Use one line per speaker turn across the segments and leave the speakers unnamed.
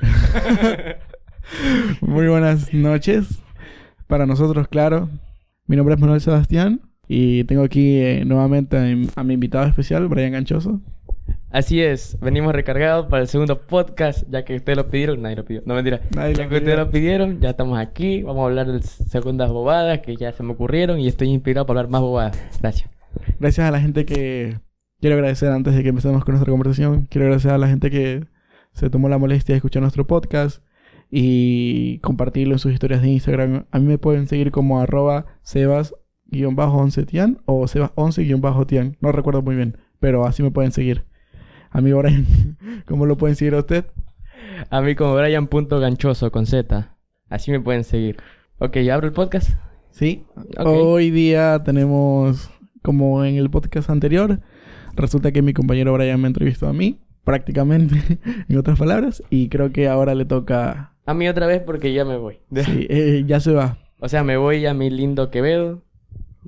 Muy buenas noches. Para nosotros, claro. Mi nombre es Manuel Sebastián y tengo aquí eh, nuevamente a mi, a mi invitado especial, Brian Ganchoso.
Así es, venimos recargados para el segundo podcast, ya que ustedes lo pidieron, nadie lo pidió, no mentira,
Nadie
ya
lo
que ustedes
pidió.
lo pidieron, ya estamos aquí, vamos a hablar de segundas bobadas que ya se me ocurrieron y estoy inspirado para hablar más bobadas. Gracias.
Gracias a la gente que quiero agradecer antes de que empecemos con nuestra conversación. Quiero agradecer a la gente que se tomó la molestia de escuchar nuestro podcast y compartirlo en sus historias de Instagram. A mí me pueden seguir como arroba sebas-11tian o sebas11-tian. No recuerdo muy bien, pero así me pueden seguir. A mí, Brian, ¿cómo lo pueden seguir a usted?
A mí como Brian.ganchoso con Z, así me pueden seguir. Ok, ¿ya abro el podcast?
Sí.
Ok.
Hoy día tenemos, como en el podcast anterior, resulta que mi compañero Brian me entrevistó a mí, prácticamente, en otras palabras, y creo que ahora le toca...
A mí otra vez porque ya me voy.
Sí, eh, ya se va,
O sea, me voy a mi lindo Quevedo.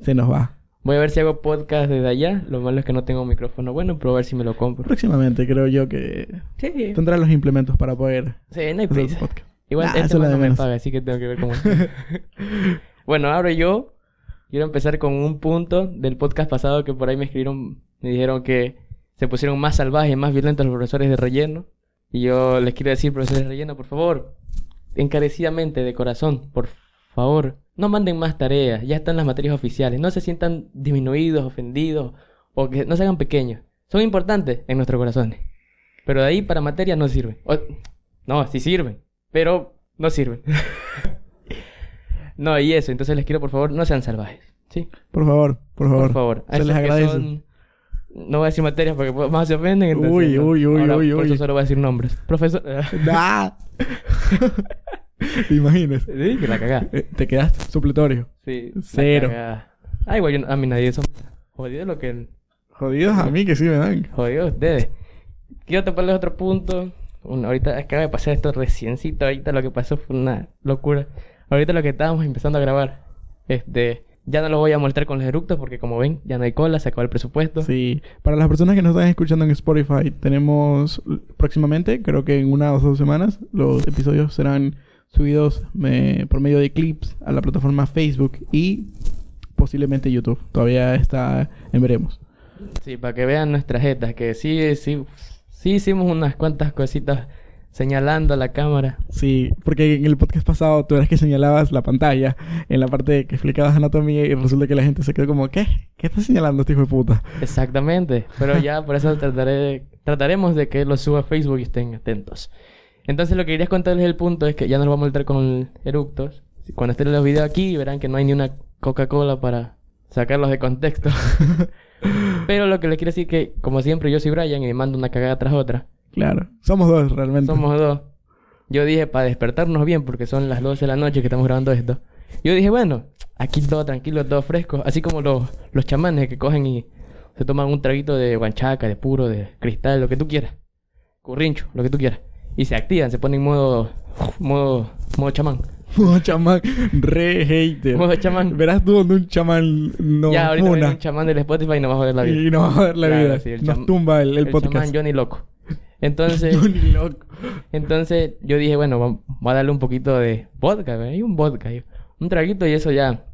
se nos va.
Voy a ver si hago podcast desde allá. Lo malo es que no tengo un micrófono bueno, pero a ver si me lo compro.
Próximamente creo yo que
Sí,
tendrá los implementos para poder
sí, no hay
hacer su
prisa.
podcast.
Igual
Nah,
este
eso es lo
man
de
no me
menos.
paga, así que tengo que ver cómo. bueno, ahora yo quiero empezar con un punto del podcast pasado que por ahí me escribieron, me dijeron que se pusieron más salvajes, más violentos los profesores de relleno. Y yo les quiero decir, profesores de relleno, por favor, encarecidamente, de corazón, por favor, no manden más tareas, ya están las materias oficiales, no se sientan disminuidos, ofendidos, o que no se hagan pequeños. Son importantes en nuestros corazones. Pero de ahí para materias no sirven. O- no, sí sirven, pero no sirven. no, y eso, entonces les quiero, por favor, no sean salvajes. ¿Sí?
Por favor, por favor.
Por favor. A
Se
esos
les
que
agradece.
son- No voy a decir materias porque po- más se ofenden. entonces,
Uy,
no.
uy, uy,
Ahora,
uy,
Por
uy. Ah.
eso solo voy a decir nombres. Profesor.
Nah. ¿Te imaginas?
sí, que la cagá.
Eh, Te quedaste supletorio.
Sí. la
Cero.
cagá. Ah, igual yo no- a mí nadie eso. Jodido lo que.
Jodidos a mí que sí me dan.
Jodido ustedes. Quiero toparles otro punto. Un- ahorita acaba de pasar esto reciencito. Ahorita lo que pasó fue una locura. Ahorita lo que estábamos empezando a grabar. Este. Ya no los voy a molestar con los eructos porque, como ven, ya no hay cola, se acabó el presupuesto.
Sí, para las personas que nos están escuchando en Spotify, tenemos l- próximamente, creo que en una o dos semanas, los episodios serán subidos eh, por medio de clips a la plataforma Facebook y posiblemente YouTube. Todavía está en veremos.
Sí, para que vean nuestras jetas, que sí, sí, sí hicimos unas cuantas cositas señalando a la cámara.
Sí, porque en el podcast pasado tú eras que señalabas la pantalla en la parte que explicabas anatomía y resulta que la gente se quedó como, ¿qué? ¿Qué estás señalando este hijo de puta?
Exactamente, pero ya por eso trataré, trataremos de que lo suba a Facebook y estén atentos. Entonces lo que quería contarles el punto es que ya no lo vamos a molestar con eructos. Cuando estén los videos aquí verán que no hay ni una Coca-Cola para sacarlos de contexto. pero lo que les quiero decir que, como siempre, yo soy Brian y me mando una cagada tras otra.
Claro, somos dos realmente.
Somos dos. Yo dije, para despertarnos bien, porque son las 12 de la noche que estamos grabando esto. Yo dije, bueno, aquí todo tranquilo, todo fresco. Así como los, los chamanes que cogen y se toman un traguito de guanchaca, de puro, de cristal, lo que tú quieras. Currincho, lo que tú quieras. Y se activan, se ponen en modo, modo, modo chamán.
Modo chamán, re hater.
Modo chamán.
Verás tú donde un chamán no
ya, ahorita viene
funa.
un chamán del Spotify y nos va a joder la vida.
Y nos va a ver la
Claro,
vida.
sí, el
nos
cham-
tumba el, el
chamán
podcast.
Johnny Loco. Entonces...
Johnny Loco.
Entonces yo dije, bueno, vam- voy a darle un poquito de vodka, güey, hay un vodka, yo. un traguito y eso ya.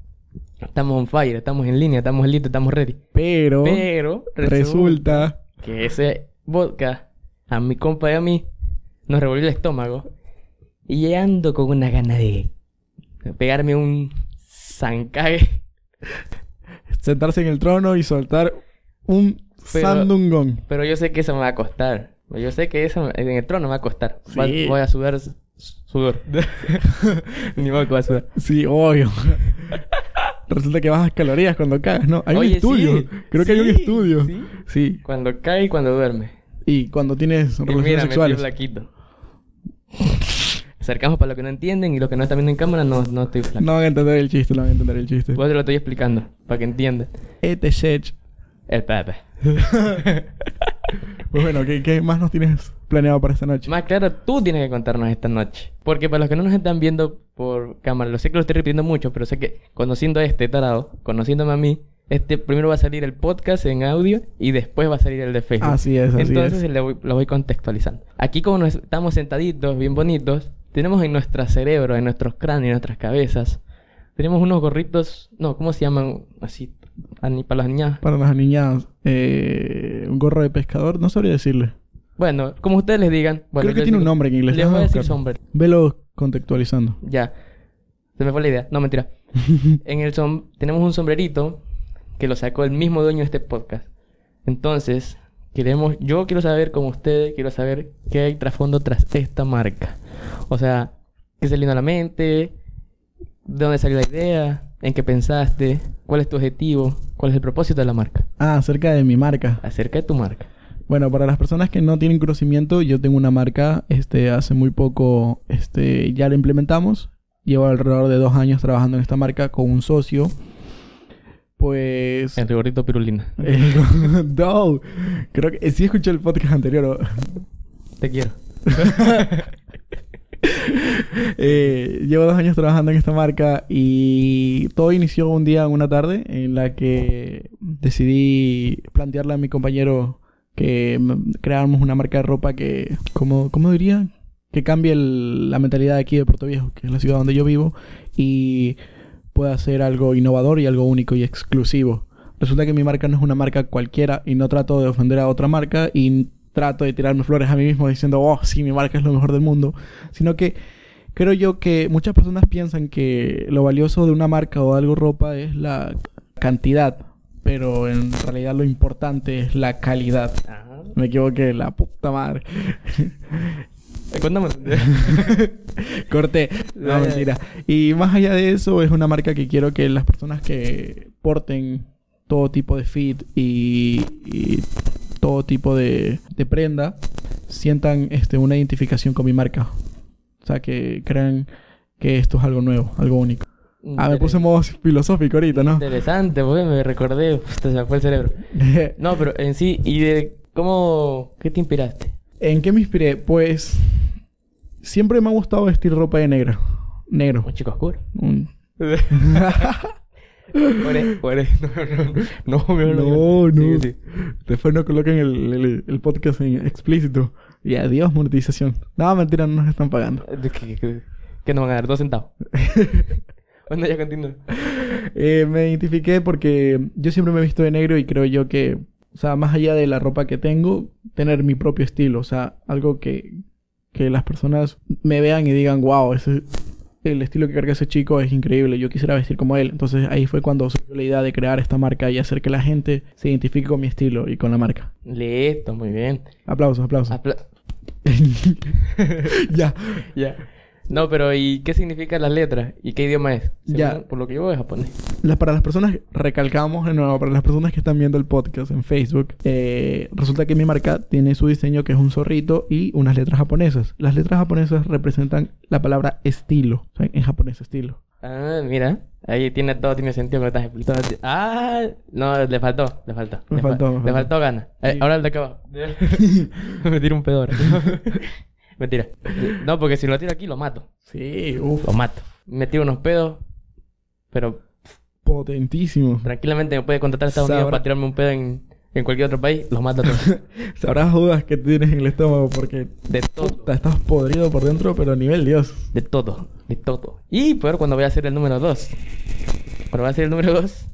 Estamos on fire, estamos en línea, estamos listos, estamos ready.
Pero,
Pero resulta
resulta...
que ese vodka a mi compa y a mí nos revolvió el estómago. Y ando con una gana de pegarme un zancague.
sentarse en el trono y soltar un
Pero-
sandungón.
Pero yo sé que eso me va a costar. Yo sé que eso en el trono me va a costar. Va-
Sí.
voy a sudar s- sudor. Ni modo que voy a sudar.
Sí, obvio. resulta que bajas calorías cuando cagas, ¿no? Hay un
Oye,
estudio.
sí.
Creo que hay un
Sí,
estudio.
sí.
Sí.
Cuando cae y cuando duerme.
Y cuando tienes
Y
relaciones
mira,
sexuales.
me estoy flaquito. Acercamos para los que no entienden y los que no están viendo en cámara, no, no estoy flaco.
No van a entender el chiste, no van a entender el chiste. E
Vos te lo estoy explicando, para que entiendan.
ETSH.
El Pepe.
Pues bueno, ¿qué, ¿qué más nos tienes planeado para esta noche?
Más claro, tú tienes que contarnos esta noche. Porque para los que no nos están viendo por cámara, lo sé que lo estoy repitiendo mucho, pero sé que conociendo a este tarado, conociéndome a mí, Este primero va a salir el podcast en audio y después va a salir el de Facebook.
Así es, así
Entonces
es.
le voy- lo voy contextualizando. Aquí como nos estamos sentaditos, bien bonitos, tenemos en nuestro cerebro, en nuestros cráneos, en nuestras cabezas, tenemos unos gorritos, no, ¿cómo se llaman? Así, ani- para las niñas.
Para las niñas, eh, un gorro de pescador, no sabría decirle.
Bueno, como ustedes les digan. Bueno,
Creo que
yo
tiene
digo-
un nombre en inglés. Ah,
Les
déjame
voy a decir
buscarlo.
sombrero.
Velo contextualizando.
Ya. Se me fue la idea. No, mentira. en el som- tenemos un sombrerito que lo sacó el mismo dueño de este podcast. Entonces, queremos, yo quiero saber como ustedes, quiero saber qué hay trasfondo tras esta marca. O sea, qué se le vino a la mente, de dónde salió la idea, en qué pensaste, cuál es tu objetivo, cuál es el propósito de la marca.
Ah, acerca de mi marca.
Acerca de tu marca.
Bueno, para las personas que no tienen conocimiento, yo tengo una marca, este, hace muy poco, este, ya la implementamos. Llevo alrededor de dos años trabajando en esta marca con un socio. Pues...
El rigorito pirulina.
eh, no, creo que sí escuché el podcast anterior.
Te quiero.
Eh, llevo dos años trabajando en esta marca y todo inició un día, una tarde, en la que decidí plantearle a mi compañero que m- creáramos una marca de ropa que, como, ¿cómo diría? Que cambie el- la mentalidad de aquí de Puerto Viejo, que es la ciudad donde yo vivo, y pueda ser algo innovador y algo único y exclusivo. Resulta que mi marca no es una marca cualquiera y no trato de ofender a otra marca y trato de tirarme flores a mí mismo diciendo, oh, sí, mi marca es lo mejor del mundo, sino que creo yo que muchas personas piensan que lo valioso de una marca o de algo ropa es la cantidad, pero en realidad lo importante es la calidad.
Ajá.
Me equivoqué, la puta madre.
Eh, Cuéntame.
Corté. No, mentira. Y más allá de eso, es una marca que quiero que las personas que porten todo tipo de fit y, y todo tipo de, de prenda sientan este, una identificación con mi marca. O sea, que crean que esto es algo nuevo, algo único. Ah, me puse en modo filosófico ahorita, ¿no?
Interesante, porque me recordé, uf, se me fue el cerebro. No, pero en sí, ¿y de cómo, qué te inspiraste?
¿En qué me inspiré? Pues siempre me ha gustado vestir ropa de negro. Negro.
Un chico oscuro.
Un-
Ore, ore, e-, no, no, no, no,
No, no.
Sigue, sigue.
Después no coloquen el, el- el podcast en explícito. Y adiós, monetización. No, mentira, no nos están pagando.
¿De ¿Qué, qué, qué, qué nos van a dar? Dos centavos. bueno, ya continúo.
Eh, me identifiqué porque yo siempre me he visto de negro y creo yo que, o sea, más allá de la ropa que tengo, tener mi propio estilo. O sea, algo que, que las personas me vean y digan, wow, ese, el estilo que carga ese chico es increíble, yo quisiera vestir como él. Entonces ahí fue cuando surgió la idea de crear esta marca y hacer que la gente se identifique con mi estilo y con la marca.
Listo, muy bien.
Aplausos, aplausos.
Apla-
ya.
ya. No, pero ¿y qué significan las letras? ¿Y qué idioma es?
Ya.
Según- Por lo que yo veo es japonés.
Las- para las personas, recalcamos de nuevo, para las personas que están viendo el podcast en Facebook, eh, resulta que mi marca tiene su diseño que es un zorrito y unas letras japonesas. Las letras japonesas representan la palabra estilo, o sea, en japonés estilo.
Ah, mira. Ahí tiene todo, tiene sentido que estás explicando. Ah, no, le faltó, le faltó.
Me
le fal-
faltó, me faltó.
Le faltó gana. Eh,
Sí.
Ahora el de acá abajo. Me tiro un pedo ahora. Mentira. No, porque si lo tiro aquí lo mato.
Sí, uff.
Lo mato. Me tiro unos pedos. Pero
Potentísimo.
tranquilamente me puede contratar a Estados Unidos
Sabrá.
para tirarme un pedo en, en cualquier otro país. Los mato a todos.
Sabrás dudas que tienes en el estómago porque
De todo.
puta, estás podrido por dentro, pero a nivel Dios.
De todo. De todo. Y peor cuando voy a hacer el número 2. Cuando voy a hacer el número 2.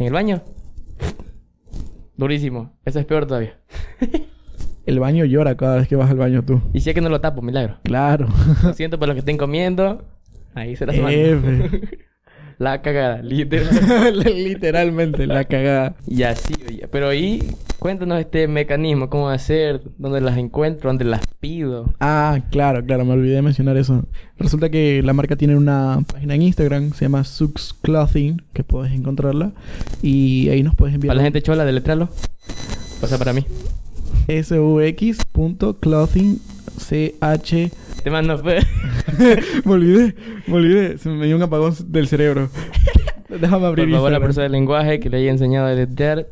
En el baño. Durísimo. Eso es peor todavía.
El baño llora cada vez que vas al baño tú.
Y si es que no lo tapo, milagro.
Claro.
Lo siento por los que estén comiendo. Ahí se las mando.
F.
La cagada, literal.
Literalmente la cagada.
Y así, oye. Pero ahí, cuéntanos este mecanismo, cómo hacer, dónde las encuentro, dónde las pido.
Ah, claro, claro, me olvidé de mencionar eso. Resulta que la marca tiene una página en Instagram, se llama Sux Clothing, que puedes encontrarla. Y ahí nos puedes
Para
enviar
la gente chola, deletralo. O sea, para mí.
svx.clothing ch...
Te mando pues.
me olvidé, me olvidé, se me dio un apagón del cerebro. Déjame abrir
Por favor, la
Instagram.
persona del lenguaje que le haya enseñado a deletrear,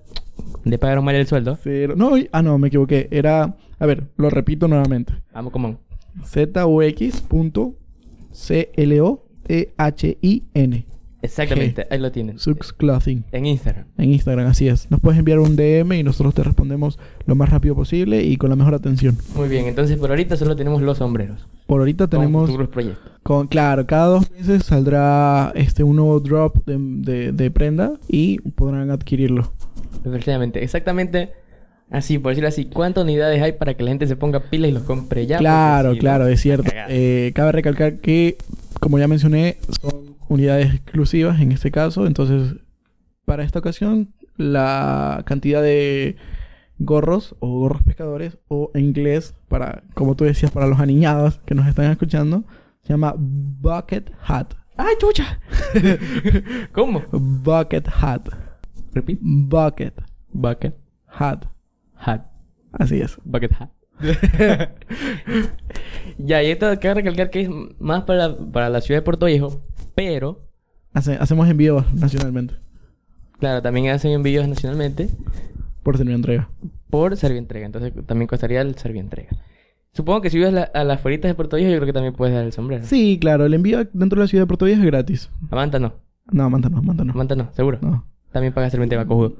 le pagaron mal el sueldo.
Cero- No, y- ah, no, me equivoqué. Era... A ver, lo repito nuevamente.
Vamos, común.
zvx.clothing
Exactamente, ahí lo tienen.
Sux Clothing.
En Instagram.
En Instagram, así es. Nos puedes enviar un DM y nosotros te respondemos lo más rápido posible y con la mejor atención.
Muy bien, entonces por ahorita solo tenemos los sombreros.
Por ahorita tenemos...
Con futuros proyectos.
Con, claro, cada dos meses saldrá este un nuevo drop de, de- de prenda y podrán adquirirlo.
Efectivamente, exactamente así, por decirlo así. ¿Cuántas unidades hay para que la gente se ponga pila y los compre ya? pues,
claro,
Porque si
claro,
no-
es cierto.
cagada.
Eh, cabe recalcar que, como ya mencioné, son unidades exclusivas en este caso. Entonces, para esta ocasión, la cantidad de gorros o gorros pescadores o en inglés, para, como tú decías, para los aniñados que nos están escuchando, se llama Bucket Hat.
¡Ay, chucha! ¿Cómo?
Bucket Hat.
Repeat.
Bucket
Bucket
Hat.
hat.
Así es.
Bucket hat. ya, y esto cabe recalcar que es más para, para la ciudad de Puerto Viejo, pero,
Hace- hacemos envíos nacionalmente
claro, también hacen envíos nacionalmente
por servir entrega.
por Servientrega. Entonces también costaría el Servientrega. Supongo que si vives la- a las fueritas de Puerto Viejo, yo creo que también puedes dar el sombrero.
Sí, claro, el envío dentro de la ciudad de Puerto Viejo es gratis.
A Manta no.
No, manta no, manta
A
no.
Manta no, seguro.
No.
También pagas Servientrega, cojudo.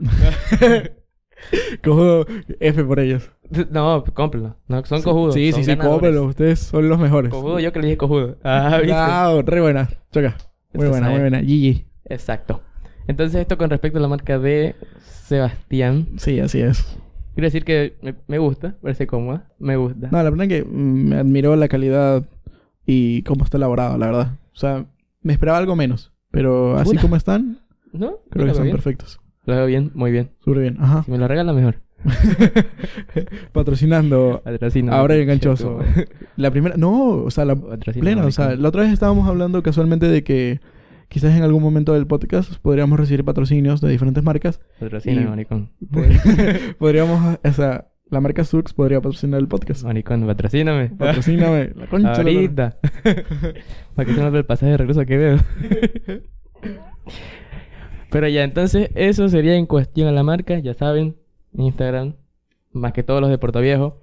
Cojo F por ellos.
No, cómprenlo. No, son cojudos.
Sí,
son
sí, sí,
ganadores.
cómprelo. Ustedes son los mejores.
Cojudo, yo que le dije cojudo. Ah, ¿viste?
Wow, re buena. Choca. Muy
Esto
buena,
Este sabe.
muy buena. GG.
Exacto. Entonces, esto con respecto a la marca de Sebastián.
Sí, así es.
Quiero decir que me, me gusta, parece cómoda, me gusta.
No, la verdad que mm, me admiró la calidad y cómo está elaborado, la verdad. O sea, me esperaba algo menos. Pero así
Puta.
como están,
¿No?
creo que
lo veo
están
bien.
perfectos.
Lo veo bien, muy bien.
Súper bien. Ajá.
Si me lo regala, mejor.
Patrocinando.
Patrocina.
Ahora
Che,
enganchoso.
tu madre.
La primera. No, o sea, la,
Patrocina,
plena. O sea,
maricón.
la otra vez estábamos hablando casualmente de que quizás en algún momento del podcast podríamos recibir patrocinios de diferentes marcas.
Patrocina,
y- pues,
maricón.
podríamos, o sea, la marca Sux podría patrocinar el podcast.
Maricón, patrocíname.
Patrocíname, la concha. de la-
Ahorita. Para que se me olvide el pasaje de regreso que veo. Pero ya, entonces, eso sería en cuestión a la marca. Ya saben, Instagram, más que todos los de Puerto Viejo.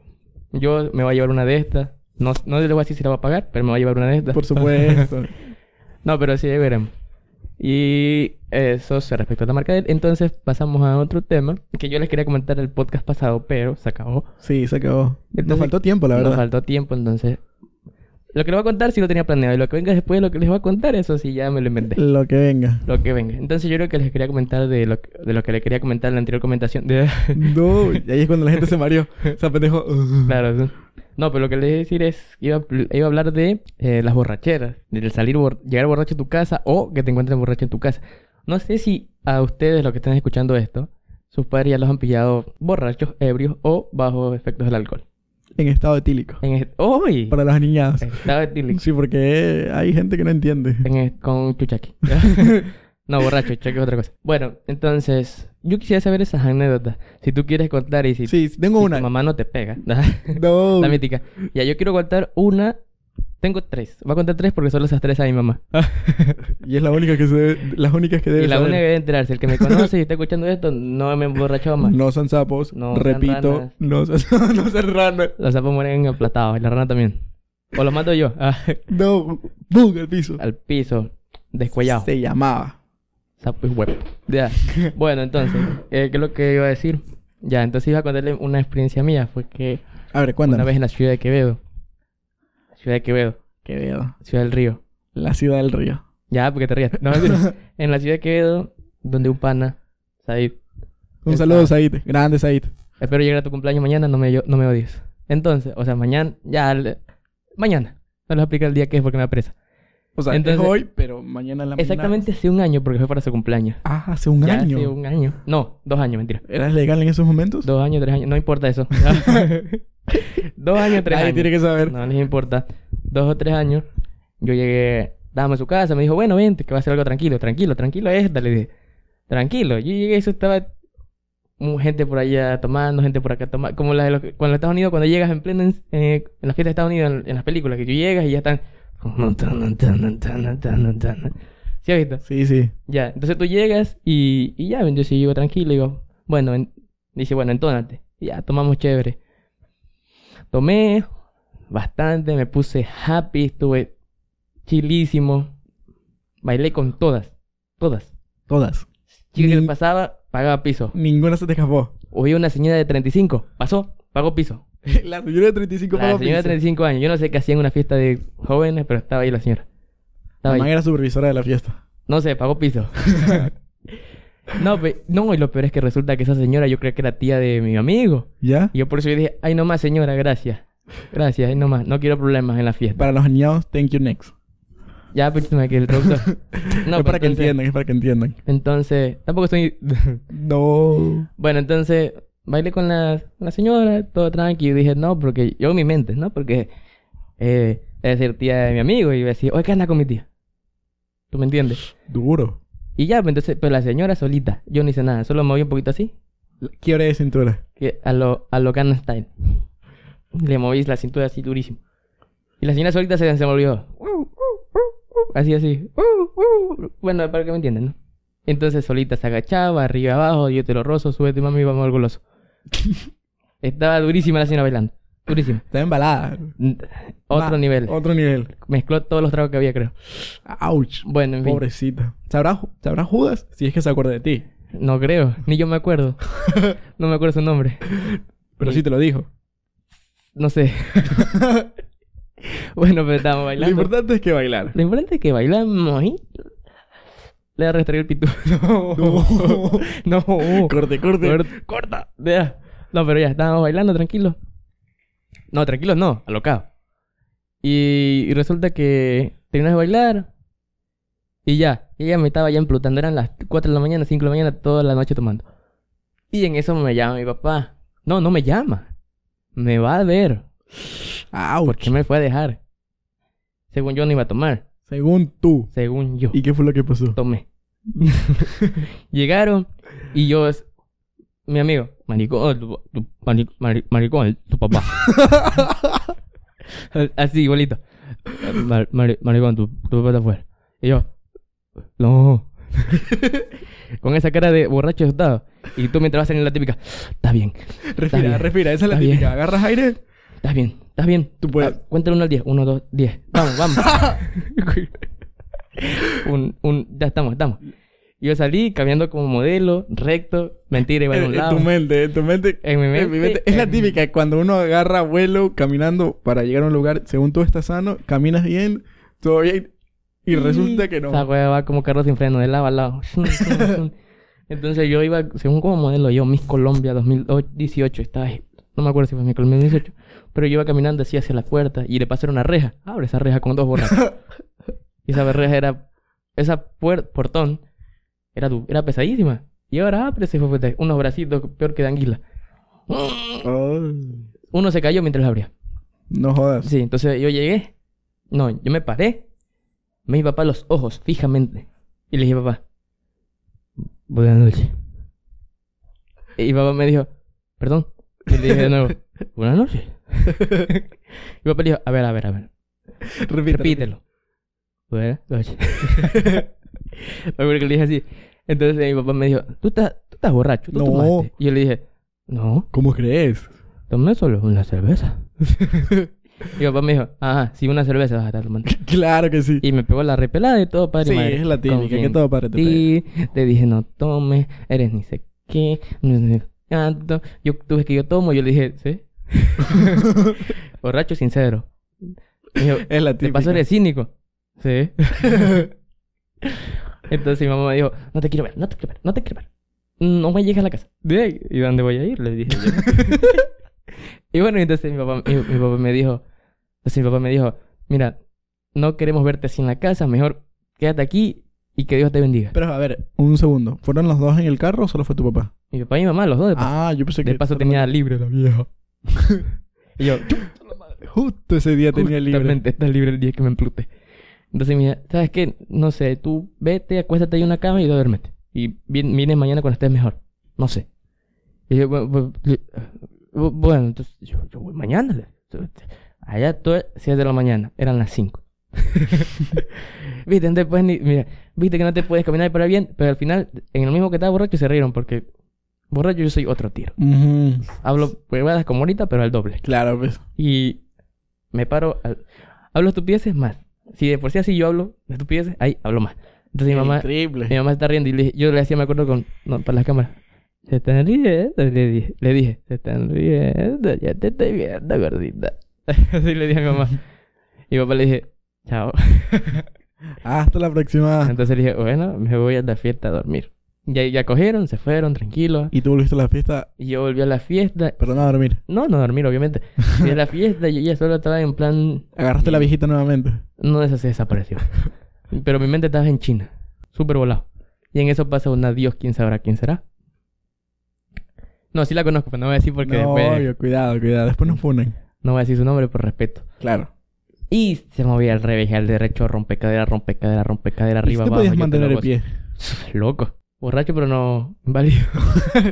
Yo me voy a llevar una de estas. No, no les voy a decir si la voy a pagar, pero me voy a llevar una de estas.
Por supuesto.
No, pero sí, ahí veremos. Y eso se respecto a la marca de él. Entonces pasamos a otro tema que yo les quería comentar el podcast pasado, pero se acabó.
Sí, se acabó. Nos
Entonces,
faltó tiempo, la
Nos
verdad.
faltó tiempo, entonces. Lo que les voy a contar sí lo tenía planeado. Y lo que venga después, lo que les voy a contar, eso sí ya me lo inventé.
Lo que venga.
Lo que venga. Entonces yo creo que les quería comentar de lo que, de lo que le quería comentar en la anterior comentación. De-
No, y ahí es cuando la gente se mareó. O sea, pendejo. uh,
claro, sí. No, pero lo que les iba a decir es, iba, a- iba a hablar de eh, las borracheras, del salir, bor- llegar borracho a tu casa o que te encuentren borracho en tu casa. No sé si a ustedes, los que están escuchando esto, sus padres ya los han pillado borrachos, ebrios o bajo efectos del alcohol.
En estado etílico.
En est- ¡Uy!
Para las niñadas.
Estaba etílico.
Sí, porque hay gente que no entiende.
En est- con chuchaqui. no, borracho, chuchaqui es otra cosa. Bueno, entonces, yo quisiera saber esas anécdotas. Si tú quieres contar y si,
Sí, tengo
si
una.
tu mamá no te pega.
No.
La mítica. Ya, yo quiero contar una. Tengo tres. Voy a contar tres porque solo esas tres a mi mamá.
Y es la única que se debe- las únicas que
y
debe
la única que
saber.
debe enterarse, el que me conoce y está escuchando esto, no me emborrachaba más.
No son sapos,
No sean
repito,
ranas.
no son, no sean ranas.
Los sapos mueren aplastados y la rana también. O los mato yo. Ah,
No, ¡pum! al piso.
al piso, descuellado.
Se llamaba.
Sapo y huevo. Ya. Bueno, entonces, eh, ¿qué es lo que iba a decir? Ya, entonces iba a contarle una experiencia mía. Fue que
A ver,
una
cuéntame.
vez en la ciudad de Quevedo. Ciudad de Quevedo.
Quevedo.
Ciudad del Río.
La ciudad del río.
Ya, porque te rías. No, mentira. en la ciudad de Quevedo, donde un pana, Said,
Un
Está.
saludo, Said. Grande, Said.
Espero llegar a tu cumpleaños mañana, no me, yo- no me odies. Entonces, o sea, mañana, ya, le- mañana. No les explico el día que es porque me da presa.
O sea,
Entonces-
es hoy, pero mañana en la mañana.
Exactamente hace un año, porque fue para su cumpleaños.
Ah, hace un
ya
año.
hace un año. No, dos años, mentira.
¿Eras legal en esos momentos?
Dos años, tres años, no importa eso. dos años, tres
Nadie
años.
tiene que saber.
No les importa. Dos o tres años, yo llegué, dame a su casa, me dijo, bueno, vente, que va a ser algo tranquilo, tranquilo, tranquilo, esta, le dije. Tranquilo. Yo llegué, eso estaba mm, gente por allá tomando, gente por acá tomando, como la de los, cuando en Estados Unidos, cuando llegas en pleno, en, eh, en las fiestas de Estados Unidos, en, en las películas, que tú llegas y ya están... ¿Sí has visto?
Sí, sí.
Ya, entonces tú llegas y, y ya, yo sí llego tranquilo, digo, bueno, en- dice, bueno, entónate. Y Ya, tomamos chévere. Tomé bastante, me puse happy, estuve chilísimo, bailé con todas. Todas.
Todas.
Chica que
Ni-
pasaba, pagaba piso.
Ninguna se te escapó.
Oí una señora de 35. Pasó, pagó piso.
la señora de 35
La
pagó
señora de
piso.
35 años. Yo no sé qué hacía en una fiesta de jóvenes, pero estaba ahí la señora.
La
Estaba ahí.
man era supervisora de la fiesta.
No sé, pagó piso. no, pe- no, y lo peor es que resulta que esa señora yo creo que era tía de mi amigo.
¿Ya?
Y yo por eso yo dije, ay no más señora, gracias. Gracias, ay no más. No quiero problemas en la fiesta.
Para los añados, thank you next.
Ya, pero que el doctor... No,
es
pero
para que
entonces-
entiendan, es para que entiendan.
Entonces, tampoco estoy...
No.
Bueno, entonces bailé con la, la señora, todo tranquilo. Dije, no, porque yo en mi mente, ¿no? Porque eh, es decir, tía de mi amigo. Y yo decía, oye, ¿qué anda con mi tía? ¿Tú me entiendes?
Duro.
Y ya, pues, entonces, pero la señora solita, yo no hice nada, solo moví un poquito así,
Quiebre de cintura.
que a lo, a lo Gangnam Style. Le moví la cintura así durísimo. Y la señora solita se, se me olvidó. Así, así. Bueno, para que me entiendan, ¿no? Entonces solita se agachaba, arriba, abajo, yo te lo rozo, súbete, mami, vamos al goloso. Estaba durísima la señora bailando. Durísima.
Está embalada.
Mm, Otro
Va,
nivel.
Otro nivel.
Mezcló todos los tragos que había, creo.
Ouch.
Bueno, en fin.
Pobrecita. ¿Sabrá, Ju- sabrá Judas si es que se acuerda de ti?
No creo. Ni yo me acuerdo. No me acuerdo su nombre.
Pero
Y-
sí te lo dijo.
No sé. bueno, pero estábamos
Lo
bailando.
importante es que bailar.
Lo importante es que bailamos y... Le arrastré el pito. No.
No.
No.
corte, corte.
Cor- Corta. Ya. No, pero ya, estábamos bailando tranquilos. No, tranquilos no, alocado. Y, y resulta que terminamos de bailar. Y ya, y ella me estaba ya emplutando. Eran las 4 de la mañana, 5 de la mañana, toda la noche tomando. Y en eso me llama mi papá. No, no me llama. Me va a ver.
Ouch.
¿Por qué me fue a dejar? Según yo no iba a tomar.
Según tú.
Según yo.
¿Y qué fue lo que pasó?
Tomé. Llegaron y yo, es- mi amigo, maricón, tu, tu- mari- mari- maricón, tu papá. Así, igualito. Mar- mari- maricón, tu, tu papá está afuera. Y yo, no. Con esa cara de borracho asustado. Y tú mientras vas en la típica, está bien, Está
Respira,
bien.
respira. Esa es la
Está
típica.
bien.
Agarras aire.
está bien, está bien.
Tú puedes.
Ah, cuéntale uno al 10. Uno, dos, diez. Vamos, vamos. un, un, ya estamos, estamos. Yo salí caminando como modelo, recto, mentira, iba a
En,
un
en
lado.
eh, tu mente, en tu mente.
En mi mente.
En mi mente. Es la
Este, en-
típica. Cuando uno agarra vuelo caminando para llegar a un lugar, según tú estás sano, caminas bien, todo bien. Y resulta que no.
Esa wea va como carro sin freno, de lado a lado. Entonces yo iba, según como modelo, yo, Miss Colombia 2018, estaba, ahí. no me acuerdo si fue Miss Colombia 2018, pero yo iba caminando así hacia la puerta y le pasó una reja. Abre esa reja con dos borrachos. y esa reja era, esa puer- portón era, du- era pesadísima. Y ahora abre se fue puta, unos bracitos peor que de anguila.
Ay.
Uno se cayó mientras la abría.
Oh. No jodas.
Sí, entonces yo llegué. No, yo me paré. Me vi papá a los ojos fijamente. Y le dije, papá, buenas noches. Y papá me dijo, perdón. Y le dije de nuevo, buenas noches. y papá le dijo, a ver, a ver, a ver.
Repite.
Repítelo. Buenas noches. me acuerdo que le dije así. Entonces eh, mi papá me dijo, tú estás, tú estás borracho, tú
No.
tomaste. Y yo le dije, no,
¿Cómo crees?
Tomé solo una cerveza. y papá me dijo, ajá, sí, una cerveza vas a estar tomando.
Claro que sí.
Y me pegó la repelada y todo padre y
Sí,
madre.
es la típica,
Confía
que
en
todo padre te
ti, Te dije, no tomes, eres ni sé qué, ni sé cuánto. Yo, tú ves que yo tomo, yo le dije, sí. Borracho sincero. Me dijo,
Es la típica.
¿te pasó eres cínico? Sí. Entonces mi mamá me dijo, no te quiero ver, no te quiero ver, no te quiero ver. No me llegues a la casa. "Bien, ¿Y dónde voy a ir? Le dije yo. y bueno, entonces mi papá, mi, mi papá me dijo, entonces mi papá me dijo, mira, no queremos verte así en la casa, mejor quédate aquí y que Dios te bendiga.
Pero a ver, un segundo. ¿Fueron los dos en el carro o solo fue tu papá?
Mi papá y mi mamá, los dos de paso.
Ah, yo pensé que.
de paso tenía libre la vieja. y yo,
Justo ese día tenía libre.
Justamente está libre el día que me emplute. Entonces mira, ¿sabes qué? No sé, tú vete, acuéstate ahí en una cama y duérmete. Y vien- vienes mañana cuando estés mejor. No sé. Y yo, bu- bu- li- bu- bueno, entonces yo, yo voy mañana. le- tú- te- Allá todo 6 de la mañana, eran las 5. viste, no te puedes ni- mira, viste que no te puedes caminar para bien, pero al final, en el mismo que estaba borracho, se rieron porque borracho yo soy otro tiro.
Ujú.
Hablo huevadas como ahorita, pero al doble.
Claro, pues.
Y me paro. al- Hablo estupideces más. Si de por sí así yo hablo de estupideces, ahí hablo más. Entonces mi mamá, mi
Triple.
mamá está riendo y le- yo le hacía, me acuerdo, con, no, para las cámaras. Se están riendo, le dije, le dije, se están riendo, ya te estoy viendo, gordita. Así le dije a mi mamá. Y mi papá le dije, chao.
Ah, Hasta la próxima.
Entonces le dije, bueno, me voy a la fiesta a dormir. Y ahí ya cogieron, se fueron, tranquilos.
Y tú volviste a la fiesta,
Y yo volví a la fiesta.
perdón, a dormir.
No, no dormir, obviamente. Fui a la fiesta y ella solo estaba en plan...
Agarraste a la viejita nuevamente.
No, esa se desapareció. Pero mi mente estaba en China. Súper volado. Y en eso pasa una Dios, quién sabrá quién será. No, sí la conozco, pero no voy a decir porque
no,
después...
obvio, cuidado, cuidado. Después nos funen.
No voy a decir su nombre por respeto.
Claro.
Y se movía al revés, y al derecho, rompecadera, rompecadera, rompecadera,
¿Y si
arriba,
te
abajo.
podías
yo
mantener
lo
el
gozo.
pie?
Loco. Borracho, pero no válido.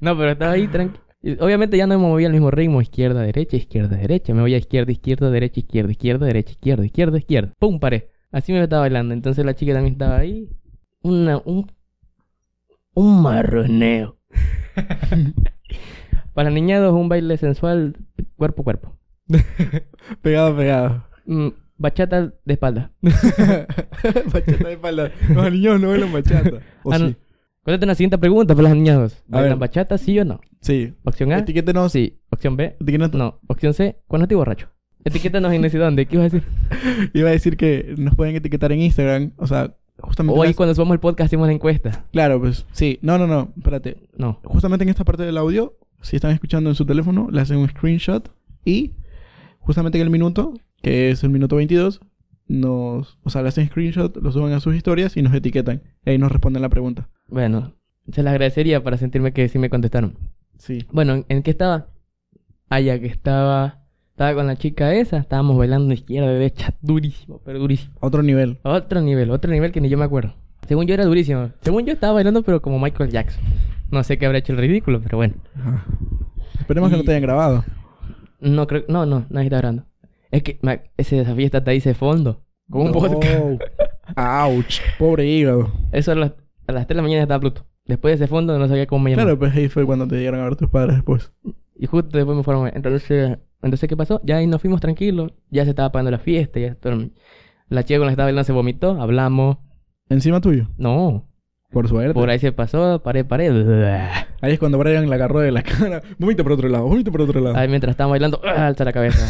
no, pero estaba ahí tranquilo. Obviamente ya no me movía al mismo ritmo. Izquierda, derecha, izquierda, derecha. Me voy a izquierda, izquierda, derecha, izquierda, izquierda, derecha, izquierda, izquierda, izquierda. ¡Pum! Paré. Así me estaba bailando. Entonces la chica también estaba ahí. Una, un... Un marroneo. Para niñados, un baile sensual cuerpo a cuerpo.
Pegado, pegado.
Mm, bachata de espalda.
bachata de espalda. Los niños no bailan bachata. ¿O
Ah, no.
sí?
Cuéntate una siguiente pregunta para los
A
niñados.
ver. Este-
¿Bailan bachata, sí o no?
Sí.
Opción A,
Etiquétenos.
¿Ah? sí. Opción B,
Etiquétenos.
No, opción C, cuando estoy borracho. Etiquétanos en ese dónde, ¿qué ibas a decir?
Iba a decir que nos pueden etiquetar en Instagram. O sea, justamente.
O ahí
las-
cuando subamos el podcast hacemos la encuesta.
Claro, pues sí. No, no, no. Espérate.
No.
Justamente en esta parte del audio, si están escuchando en su teléfono, le hacen un screenshot y justamente en el minuto, que es el minuto 22, nos. O sea, le hacen screenshot, lo suben a sus historias y nos etiquetan. Y ahí nos responden la pregunta.
Bueno, se las agradecería para sentirme que sí me contestaron.
Sí.
Bueno, ¿en, en qué estaba? Ah, ya que estaba... Estaba con la chica esa, estábamos bailando izquierda, derecha, durísimo, pero durísimo.
A otro nivel.
Otro nivel, otro nivel que ni yo me acuerdo. Según yo era durísimo. Según yo estaba bailando, pero como Michael Jackson. No sé qué habrá hecho el ridículo, pero bueno.
Ajá. Esperemos que
Y-
no te hayan grabado.
No creo... No, no, nadie está hablando. Es que ma, ese desafío está ahí de fondo. Como un
No.
podcast.
Ouch. Pobre hígado.
Eso a las, a las 3 de la mañana estaba Pluto. Después de ese fondo no sabía cómo me llamaba.
Claro, pues ahí fue cuando te llegaron a ver tus padres después.
Y justo después me fueron. Entonces, entonces ¿qué pasó? Ya ahí nos fuimos tranquilos. Ya se estaba pagando la fiesta. Ya todo el- la chica con la que estaba bailando se vomitó. Hablamos.
Encima tuyo.
No.
Por suerte.
Por ahí se pasó. Paré, paré.
Ahí es cuando Brian la agarró de la cara. Vomita por otro lado, vomita por otro lado.
Ahí mientras estaban bailando, ¡ah! alza la cabeza.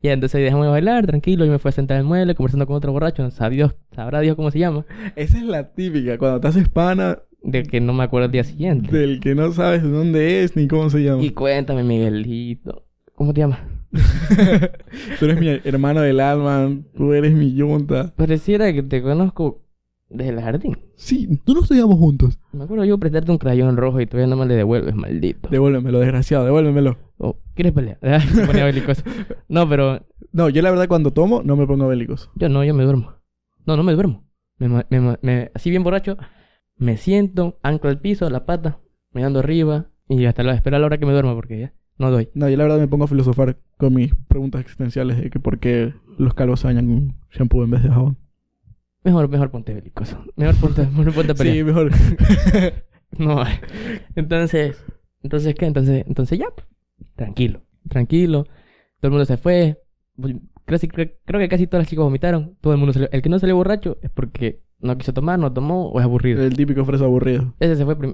y entonces dejamos de bailar tranquilo. Yo me fui a sentar en el mueble conversando con otro borracho. No sabe Dios- sabrá Dios cómo se llama.
Esa es la típica, cuando te haces pana
Del que no me acuerdo el día siguiente.
del que no sabes dónde es ni cómo se llama.
Y cuéntame, Miguelito. ¿Cómo te llamas?
Tú eres mi hermano del alma, tú eres mi yunta.
Pareciera que te conozco desde el jardín.
Sí, tú no estudiamos juntos.
Me acuerdo yo prestarte un crayón rojo y todavía no me le devuelves, maldito.
Devuélvemelo, desgraciado, devuélvemelo.
Oh, ¿Quieres pelear? Ah, Se ponía belicoso. No, pero
No, yo la verdad cuando tomo no me pongo bélicos.
yo no, yo me duermo. No, no me duermo. Me, ma- me ma- me- así bien borracho, me siento, anclo al piso, la pata, mirando arriba y hasta la espera a la hora que me duerma porque ya no doy.
No, yo la verdad me pongo a filosofar con mis preguntas existenciales de que por qué los calvos se bañan con shampoo en vez de jabón.
Mejor, mejor ponte belicoso. Mejor ponte, mejor ponte a pelear.
Sí, mejor.
No, entonces, entonces qué, entonces, entonces ya, pues, tranquilo, tranquilo, todo el mundo se fue, vol- creo, si- creo- creo que casi todas las chicas vomitaron, todo el mundo salió, el que no salió borracho es porque no quiso tomar, no tomó o es aburrido.
El típico freso aburrido.
Ese se fue para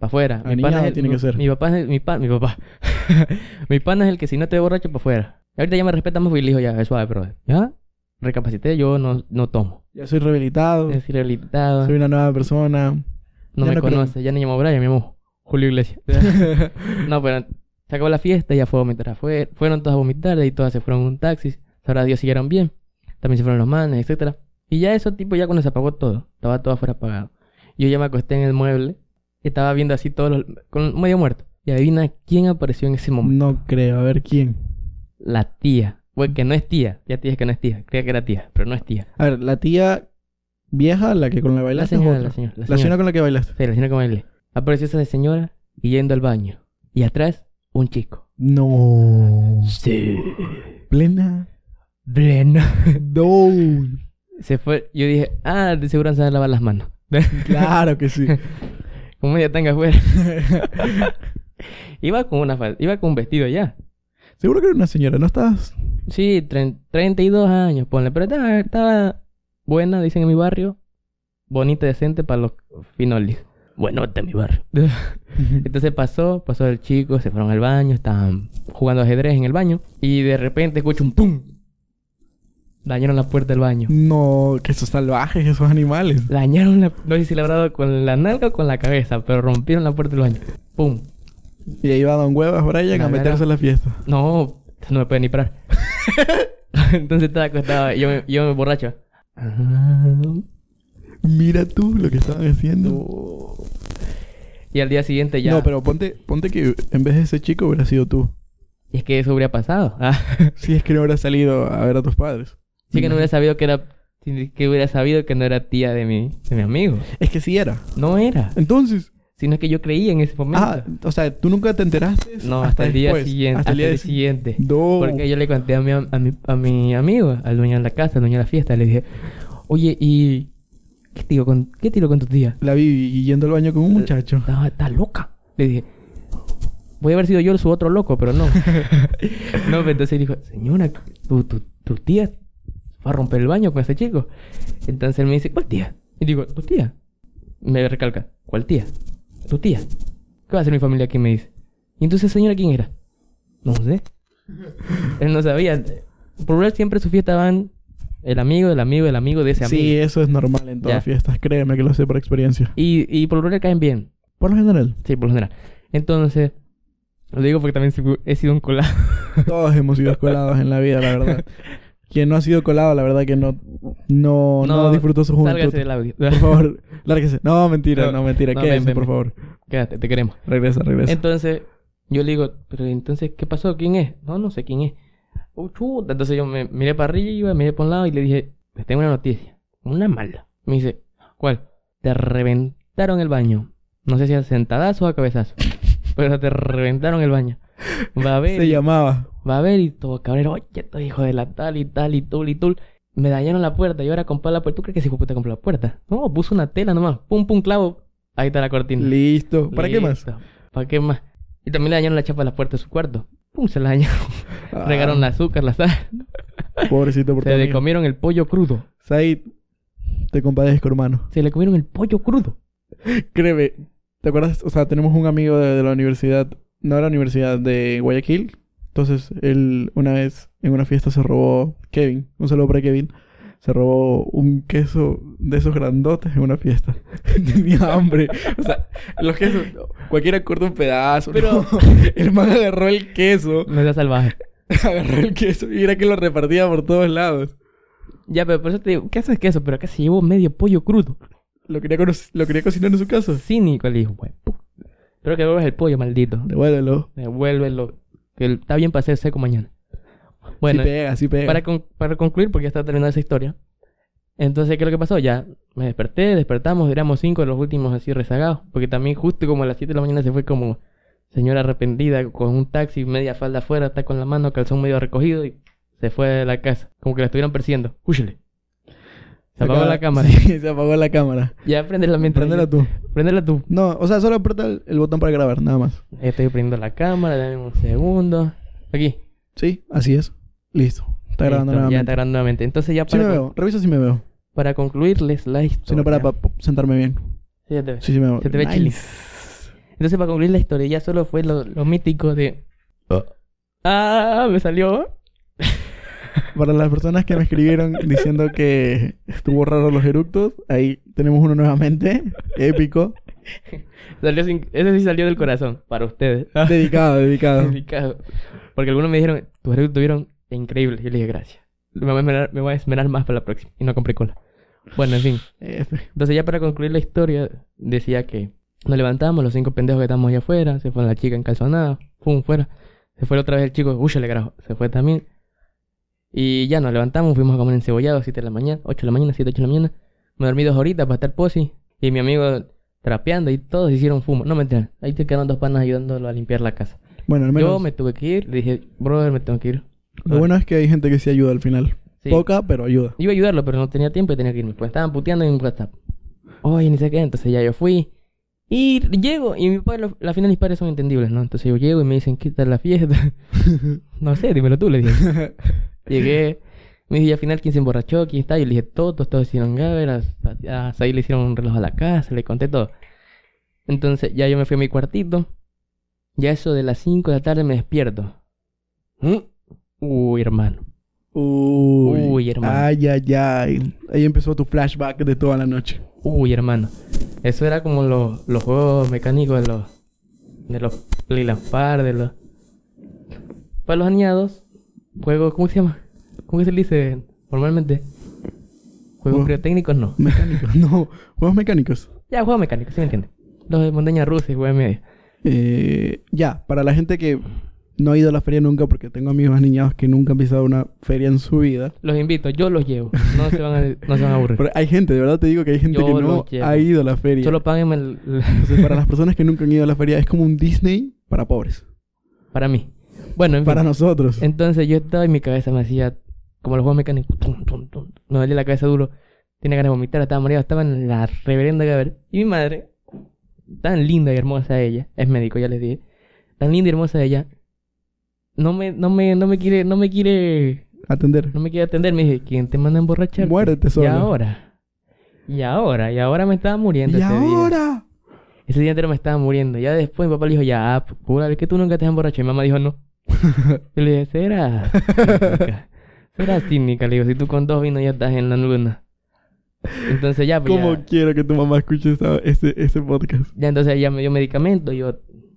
afuera.
Eh, Aniñado
es el-
tiene que ser.
Mi papá es el, mi pa- mi papá. mi pana es el que si no te ve borracho para afuera. Ahorita ya me respeta más porque le dijo ya, es suave, brother. ¿Ya? Recapacité, yo no, no tomo.
Ya soy rehabilitado,
Es irrehabilitado,
soy una nueva persona. ya
no me
no creo-
conoce, ya no llamo Brian, me llamo Julio Iglesias. No, pero se acabó la fiesta, ya fue a vomitar afuera. Fueron todas a vomitar, de ahí todas se fueron en un taxi. Sabrá Dios siguieron bien. También se fueron los manes, etcétera. Y ya eso, tipo, ya cuando se apagó todo, estaba todo afuera apagado. Yo ya me acosté en el mueble y estaba viendo así todos los. con medio muerto. Y adivina quién apareció en ese momento.
No creo, a ver quién.
La tía. Bueno, que no es tía. Ya te dije que no es tía. Creía que era tía, pero no es tía.
A ver, la tía vieja, la que con la
La
bailaste. es
señora,
otra.
la señora. La
La
señora.
señora con la que bailaste.
Sí, la señora que bailé. Apareció esa señora y yendo al baño. Y atrás, un chico.
No.
Sí.
Plena.
Breno.
No.
Se fue, yo dije, ah, de seguro se van a lavar las manos.
Claro que sí.
Como ella tanga afuera. iba con una fal- iba con un vestido ya.
Seguro que era una señora, ¿no estás?
Sí, tren- 32 años, ponle, pero estaba, estaba buena, dicen en mi barrio. Bonita y decente para los finolis. Buenota en mi barrio. Entonces pasó, pasó el chico, se fueron al baño, estaban jugando ajedrez en el baño. Y de repente escucho un pum. Dañaron la puerta del baño.
No, que esos salvajes, esos animales.
Dañaron la... No sé si le habrá dado con la nalga o con la cabeza, pero rompieron la puerta del baño. Pum.
Y ahí va Don Huevas Brian a
Nada,
meterse
era-
a la fiesta.
No, no me pueden ni parar. Entonces estaba acostado y yo me, yo me borracho. Ah.
Mira tú lo que estaban haciendo.
Y al día siguiente ya...
No, pero ponte, ponte que en vez de ese chico hubiera sido tú.
Y es que eso hubiera pasado. Ah,
Si es que no hubieras salido a ver a tus padres.
sí que no hubiera sabido que era... sí Que hubiera sabido que no era tía de mi, de mi amigo.
Es que sí era.
No era.
Entonces,
Sino que yo creía en ese momento.
ah, o sea, tú nunca te enteraste.
no, hasta, el día siguiente. Hasta el día
siguiente.
siguiente.
No.
Porque yo le conté a mi, a, mi, a mi amigo, al dueño de la casa, al dueño de la fiesta, le dije, oye, ¿y qué tiro con, qué tiro con tu tía?
La vi yendo al baño con
Eh,
un muchacho.
Está, Ah, está loca. Le dije, voy a haber sido yo su otro loco, pero no. no, pero entonces dijo, señora, tu, tu, tu tía va a romper el baño con ese chico. Entonces él me dice, ¿cuál tía? Y digo, ¿tu tía? Me recalca, ¿cuál tía? ¿Tu tía? ¿Qué va a hacer mi familia aquí? Me dice. Y entonces, señora, ¿quién era? No sé. Él no sabía. Por ver siempre en su fiesta van el amigo, el amigo, el amigo de ese amigo.
Sí, eso es normal en todas
Ya.
las fiestas. Créeme que lo sé por experiencia.
Y, y por lo general caen bien.
Por lo general,
Sí, por lo general. Entonces, lo digo porque también sigo- he sido un colado.
todos hemos sido colados en la vida, la verdad. Quien no ha sido colado, la verdad que no, no, no, disfrutó su juventud.
Sálgase del audio.
Por favor, lárguese. No, mentira, no,
No,
mentira.
no,
Quédense,
ven, ven,
por
ven.
favor.
Quédate, te queremos.
Regresa, regresa.
Entonces, yo le digo, pero entonces, ¿qué pasó? ¿Quién es? No, no sé quién es. Oh, chuta. Entonces yo me miré para arriba, miré para un lado y le dije, les tengo una noticia. Una mala. Me dice, ¿cuál? Te reventaron el baño. No sé si a sentadazo o a cabezazo. pero te reventaron el baño. Va a ver.
Se llamaba.
Va a ver y todo cabrero, oye, estos hijo de la tal y tal y tul y tul. Me dañaron la puerta y ahora compré la puerta. ¿Tú crees que ese hijo de puta compró la puerta? No, puso una tela nomás. Pum, pum, clavo. Ahí está la cortina.
Listo. ¿Para qué más?
Listo. ¿Para qué más? Y también le dañaron la chapa de la puerta de su cuarto. Pum, se la dañaron.
Ah,
Regaron la azúcar, la sal.
Pobrecito por tu
Se le
amigo.
comieron el pollo crudo.
Said, te compadezco, hermano.
Se le comieron el pollo crudo.
Créeme, ¿te acuerdas? O sea, tenemos un amigo de, de la universidad, no de la universidad de Guayaquil. Entonces, él una vez en una fiesta se robó, Kevin, un saludo para Kevin, se robó un queso de esos grandotes en una fiesta. Tenía hambre. O sea, los quesos, cualquiera corta un pedazo. Pero el man agarró el queso,
No sea salvaje.
agarró el queso y era que lo repartía por todos lados.
Ya, pero por eso te digo, ¿qué haces que eso? Pero acá se llevó medio pollo crudo.
Lo quería, cono- lo quería cocinar en su casa.
Cínico el hijo, güey. Espero que vuelvas el pollo, maldito.
Devuélvelo.
Devuélvelo. Que el- está bien para ser seco mañana.
Bueno,
Bueno,
sí pega, sí pega.
para, con- para concluir, porque ya está terminada esa historia. Entonces, ¿qué es lo que pasó? Ya me desperté, despertamos, éramos cinco de los últimos así rezagados. Porque también justo como a las 7 de la mañana se fue como señora arrepentida con un taxi, media falda afuera, está con la mano, calzón medio recogido y se fue de la casa. Como que la estuvieron persiguiendo. Húchale. Se apagó
acaba-
la cámara.
Sí, se apagó la cámara.
Ya prende la mientras.
Prendela tú.
Prendela tú.
No, o sea, solo aprieta el, el botón para grabar, nada más.
Estoy prendiendo la cámara, dame un segundo. Aquí.
Sí, así es. Listo. Está grabando
Listo,
nada
Ya
más.
está grabando nuevamente. Entonces ya
Sí
para,
me
con-
veo. Revisa si me veo.
para concluirles la historia.
Si no, para, pa- pa- sentarme bien.
Sí, ya te ves.
Sí, sí me veo.
Se te ve chile. Entonces para concluir la historia ya solo fue lo, lo mítico de... Ah, me salió.
Para las personas que me escribieron diciendo que estuvo raro los eructos, ahí tenemos uno nuevamente. Épico.
salió sin- Ese sí salió del corazón. Para ustedes.
Ah. Dedicado, dedicado.
Dedicado. Porque algunos me dijeron, tus eructos tuvieron increíbles. Yo le dije, gracias. Me voy, a esmerar, me voy a esmerar más para la próxima. Y no compré cola. Bueno, en fin.
F.
Entonces ya para concluir la historia, decía que nos levantamos, los cinco pendejos que estamos allá afuera, se fue la chica encalzonada, pum, fuera. Se fue otra vez el chico, uy, le carajo, se fue también. Y ya nos levantamos, fuimos a comer encebollado, 7 de la mañana, 8 de la mañana, 7, 8 de la mañana. Me dormí dos horitas para estar posi. Y mi amigo trapeando y todos hicieron fumo. No mentira, ahí te quedaron dos panas ayudándolo a limpiar la casa.
Bueno, al
Yo
menos.
me tuve que ir, le dije, brother, me tengo que ir.
Lo bueno es que hay gente que sí ayuda al final.
Sí.
Poca, pero ayuda.
Iba a ayudarlo, pero no tenía tiempo y tenía que irme. Pues estaban puteando en WhatsApp. Oye, ni sé qué. Entonces ya yo fui. Y llego. Y mi padre, al final mis padres son entendibles, ¿no? Entonces yo llego y me dicen, ¿qué tal la fiesta? no sé, dímelo tú, le dije. Llegué. Me dije, al final, ¿quién se emborrachó? ¿Quién está? Yo le dije, todos, todos hicieron gaveras. A Said le hicieron un reloj a la casa, le conté todo. Entonces, ya yo me fui a mi cuartito. Ya eso de las 5 de la tarde me despierto. ¿Mm? Uy, hermano.
Uy,
Uy, hermano.
Ay, ay, ay. Ahí empezó tu flashback de toda la noche.
Uy, hermano. Eso era como los, los juegos mecánicos de los. de los Lilampar, de los. Para los añados, juegos. ¿Cómo se llama? ¿Cómo que se le dice normalmente? Juegos
Juego-
criotécnicos, no.
Mecánicos. no, juegos mecánicos.
Ya, juegos mecánicos, ¿sí me entiendes? Los de montaña rusa y juegos de media.
Eh, ya, para la gente que no ha ido a la feria nunca, porque tengo amigos aniñados que nunca han pisado una feria en su vida.
Los invito, yo los llevo. No se van a, no se van a aburrir.
Pero hay gente, de verdad te digo que hay gente
Yo
que
lo
no
quiero.
ha ido a la feria.
Solo páguenme el-
Entonces, para las personas que nunca han ido a la feria, es como un Disney para pobres.
para mí. Bueno, en
Para
fin.
nosotros.
Entonces yo estaba y mi cabeza me hacía como los juegos mecánicos. tum, tum, tum. Me dolía la cabeza duro. Tenía ganas de vomitar, estaba mareado, estaba en la reverenda Gaber. Y mi madre, tan linda y hermosa ella, es médico, ya les dije. Tan linda y hermosa ella. No me, no me, no me quiere, no me quiere,
Atender.
no me quiere atender. Me dije, ¿quién te manda a emborrachar?
Muérete
Y
solo.
ahora. Y ahora, y ahora me estaba muriendo
¿Y
ese día.
ahora?
Ese día entero me estaba muriendo. Ya después mi papá le dijo, ya, pura, que tú nunca te has emborrachado. Y mi mamá dijo, no. Yo le dije, será cínica. Será cínica. Le digo, si tú con dos vinos ya estás en la luna. Entonces ya, pues
¿Cómo
ya,
quiero que tu mamá escuche esa- ese, ese podcast?
ya, entonces ya me dio medicamento. Yo,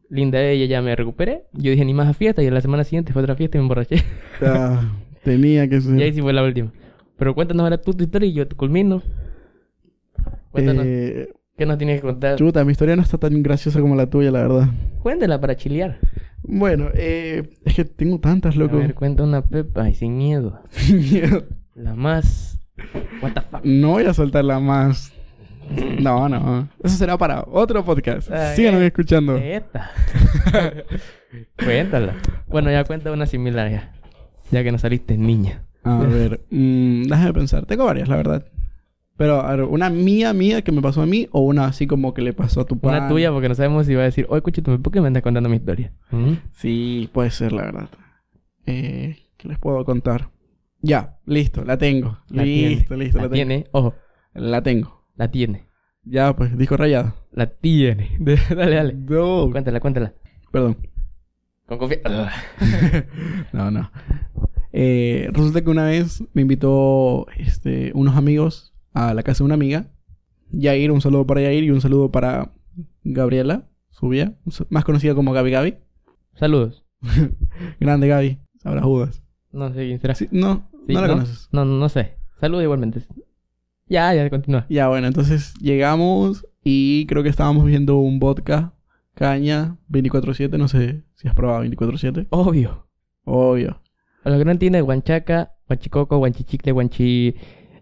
linda ella, ya me recuperé. Yo dije, ni más a fiesta. Y a la semana siguiente fue otra fiesta y me emborraché.
Ah, tenía que ser.
Y ahí sí fue la última. Pero cuéntanos ahora tú tu historia y yo te culmino. Cuéntanos,
Eh,
¿qué nos tienes que contar?
chuta, mi historia no está tan graciosa como la tuya, la verdad.
Cuéntala para chilear.
Bueno, eh, es que tengo tantas,
A
loco.
ver, cuenta una pepa y sin miedo. La más. What the fuck.
no voy a soltarla más. No, no. Eso será para otro podcast.
Ah,
Síganos
ya.
escuchando.
Esta. Cuéntala. Bueno, ya cuenta una similar ya. Ya que no saliste niña.
A ver, mm, déjame pensar. Tengo varias, la verdad. Pero, a ver, una mía, mía que me pasó a mí o una así como que le pasó a tu
Una
pana?
tuya porque no sabemos si va a decir, oye, escúchame, ¿por qué me andas contando mi historia? ¿Mm?
Sí, puede ser, la verdad. Eh, ¿Qué les puedo contar? Ya, listo, la tengo.
La
listo,
tiene.
listo,
La,
la, tengo.
tiene, ojo,
La tengo.
la tiene.
Ya, pues, disco rayado.
La tiene. dale, dale.
No.
Cuéntala, cuéntala.
Perdón.
Con confianza.
No, no. Eh, resulta que una vez me invitó este, unos amigos a la casa de una amiga. Yair, un saludo para Yair y un saludo para Gabriela, su vía, más conocida como Gaby Gaby.
Saludos.
Grande Gaby, sabrá Judas.
No sé quién será.
¿Ah, Sí, no,
Sí,
no la conoces.
No, no, no sé. Saludos igualmente. Ya, ya, continúa.
Ya, bueno, entonces llegamos y creo que estábamos viendo un vodka, caña, 24-7, no sé si has probado 24-7.
Obvio.
Obvio.
A los que no entienden, guanchaca, guanchicoco, guanchichicle, guanchi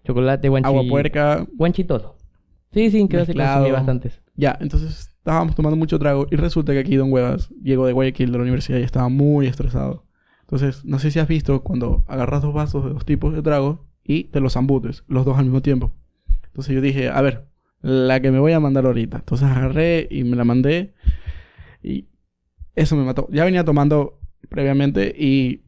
chocolate, guanchi...
Agua puerca,
Guanchi todo. Sí, sí, creo que se
Mezclado.
consumía bastantes.
Ya, entonces estábamos tomando mucho trago y resulta que aquí Don Huevas llegó de Guayaquil de la universidad y estaba muy estresado. Entonces, no sé si has visto cuando agarras dos vasos de dos tipos de trago y te los zambutes, los dos al mismo tiempo. Entonces yo dije, a ver, la que me voy a mandar ahorita. Entonces agarré y me la mandé y eso me mató. Ya venía tomando previamente y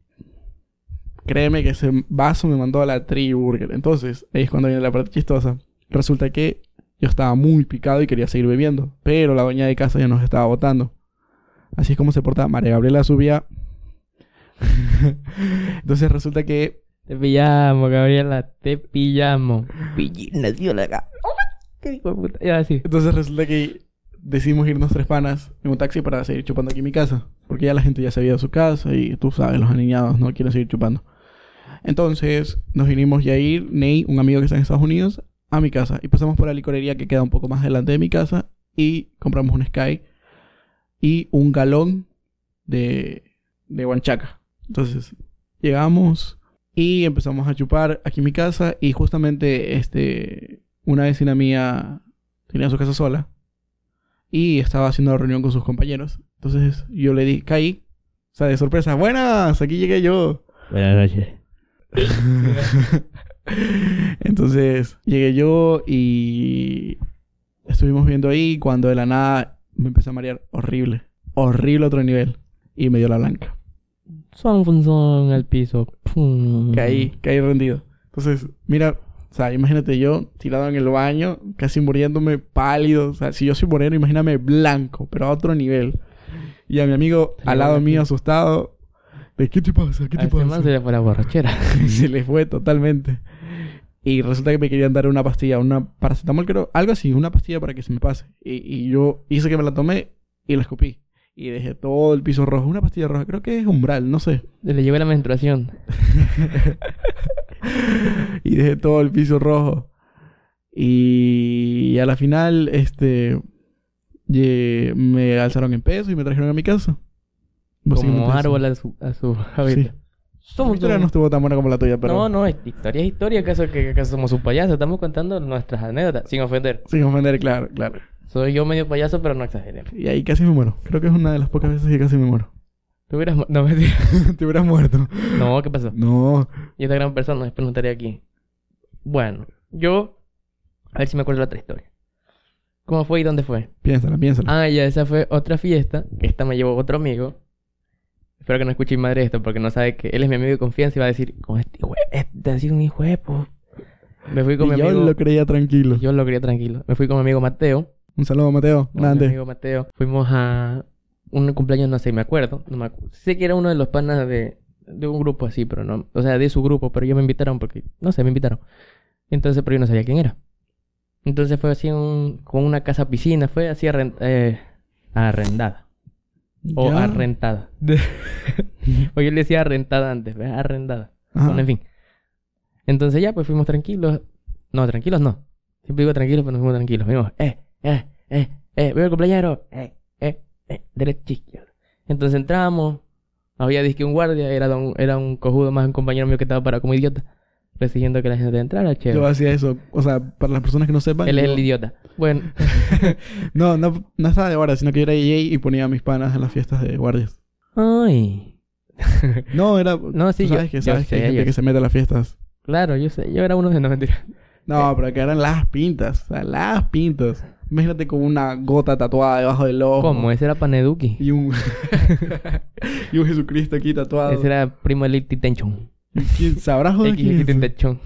créeme que ese vaso me mandó a la triburger. Entonces, ahí es cuando viene la parte chistosa. Resulta que yo estaba muy picado y quería seguir bebiendo, pero la dueña de casa ya nos estaba botando. Así es como se portaba. María Gabriela subía. Entonces resulta que
Te pillamos, Gabriela, te pillamos. Pillina, tío, la ga- ¡Qué hijo de puta! Ya, sí.
entonces resulta que decidimos irnos tres panas en un taxi para seguir chupando aquí en mi casa, porque ya la gente ya se había ido a su casa y tú sabes, los aniñados no quieren seguir chupando. Entonces nos vinimos Yair, Ney, un amigo que está en Estados Unidos, a mi casa y pasamos por la licorería que queda un poco más adelante de mi casa y compramos un Sky y un galón de, de guanchaca. Entonces llegamos y empezamos a chupar aquí en mi casa y justamente este, una vecina mía tenía su casa sola y estaba haciendo una reunión con sus compañeros. Entonces yo le di, caí, o sea, de sorpresa, buenas, aquí llegué yo.
Buenas noches.
Entonces llegué yo y estuvimos viendo ahí cuando de la nada me empecé a marear horrible, horrible otro nivel y me dio la blanca.
Son, son, al piso. Pum.
Caí, caí rendido. Entonces, mira, o sea, imagínate yo tirado en el baño, casi muriéndome pálido. O sea, si yo soy moreno, imagíname blanco, pero a otro nivel. Y a mi amigo al lado
Imagínate.
mío, asustado, de ¿qué te pasa? ¿Qué
A
te
este man
pasa?
se le fue la borrachera.
se le fue totalmente. Y resulta que me querían dar una pastilla, una paracetamol, creo, algo así, una pastilla para que se me pase. Y, y yo hice que me la tomé y la escupí. Y dejé todo el piso rojo, una pastilla roja, creo que es umbral, no sé.
Se le llegó la menstruación.
y dejé todo el piso rojo. Y a la final, este, ye- me alzaron en peso y me trajeron a mi casa. Básicamente
Como
eso.
árbol a su, a su
Sí.
hábitat.
Mi
Somos
historia
un-
no estuvo tan buena como la tuya, pero...
No, no, es historia es historia, acaso que acaso somos un payaso, estamos contando nuestras anécdotas, sin ofender.
Sin ofender, claro, claro.
Soy yo medio payaso, pero no exageremos.
Y ahí casi me muero. Creo que es una de las pocas veces que casi me muero.
Tú hubieras... mu- No, mentira.
Te hubieras muerto.
no, ¿qué pasó?
No.
Y esta gran persona, después no estaría aquí. Bueno, yo... A ver si me acuerdo la otra historia. ¿Cómo fue y dónde fue?
Piénsala, piénsala.
Ah, ya, esa fue otra fiesta. que Esta me llevó otro amigo. Espero que no escuche mi madre esto porque no sabe que él es mi amigo de confianza y va a decir, con este hue- este ha sido un hijo de po". Me fui con mi
Y yo
amigo.
lo creía tranquilo.
y yo lo quería tranquilo. Me fui con mi amigo Mateo.
Un saludo, Mateo.
con mi
Grande.
amigo Mateo. Fuimos a un cumpleaños, no sé, me acuerdo. No me acu- Sé que era uno de los panas de, de un grupo así, pero no. O sea, de su grupo, pero yo me invitaron porque, no sé, me invitaron. Entonces, pero yo no sabía quién era. Entonces fue así un, con una casa piscina, fue así arren- eh, arrendada. O
Ya.
arrentada. o yo le decía arrentada antes, ¿ves? arrendada.
Ajá.
Bueno, en fin. Entonces ya, pues fuimos tranquilos. No, tranquilos no. Siempre digo tranquilos, pero nos fuimos tranquilos. Fuimos, eh, eh, eh, eh, veo el cumpleañero. Eh, eh, eh, derecho izquierda. Entonces entramos. Había disque un guardia, era un, era un cojudo más un compañero mío que estaba para como idiota. Recibiendo que la gente entrara,
Yo
chévere.
hacía eso. O sea, para las personas que no sepan.
Él es
yo-
el idiota. Bueno,
No, no, no estaba de guardia, sino que yo era DJ y ponía a mis panas en las fiestas de guardias.
ay.
No, era.
No, sí,
tú sabes
yo-
que,
yo
sabes que hay
sé,
gente
yo
que
sé.
se mete a las fiestas.
Claro, yo sé, yo era uno de no mentira. Eh.
No, pero que eran las pintas. O sea, las pintas. Imagínate con una gota tatuada debajo del ojo.
¿Cómo? Ese era Paneduki.
Y un. y un Jesucristo aquí tatuado.
Ese era primo del Tenchon.
¿Quién sabrá joder quién
X,
es?
X, tentachón.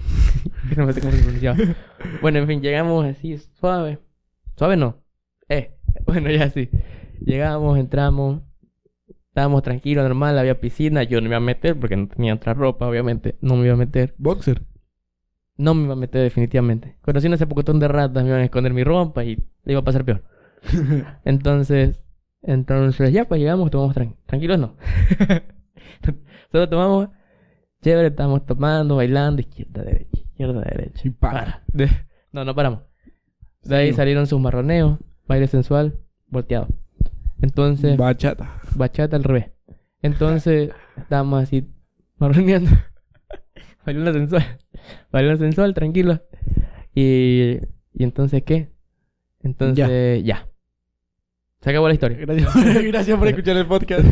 No sé cómo se pronunciaba. Bueno, en fin, llegamos así, suave. Suave no. Eh, bueno, ya sí. Llegamos, entramos. Estábamos tranquilos, normal, había piscina. Yo no me iba a meter porque no tenía otra ropa, obviamente. No me iba a meter.
Boxer.
No me iba a meter definitivamente. Conociendo ese pocotón de ratas, me iban a esconder mi ropa y le iba a pasar peor. Entonces, entonces ya pues llegamos, tomamos tran- tranquilos, no. Solo tomamos, chévere, estamos tomando, bailando, izquierda, derecha, izquierda, derecha.
Y para.
De- no, no paramos. De ahí
Sí.
salieron sus marroneos, baile sensual, volteado. Entonces,
Bachata.
bachata al revés. Entonces, estábamos así, marroneando. bailando sensual. Bailando sensual, tranquilo. Y, y entonces, ¿qué? Entonces, ya. Se acabó la historia.
Gracias, gracias por escuchar el podcast.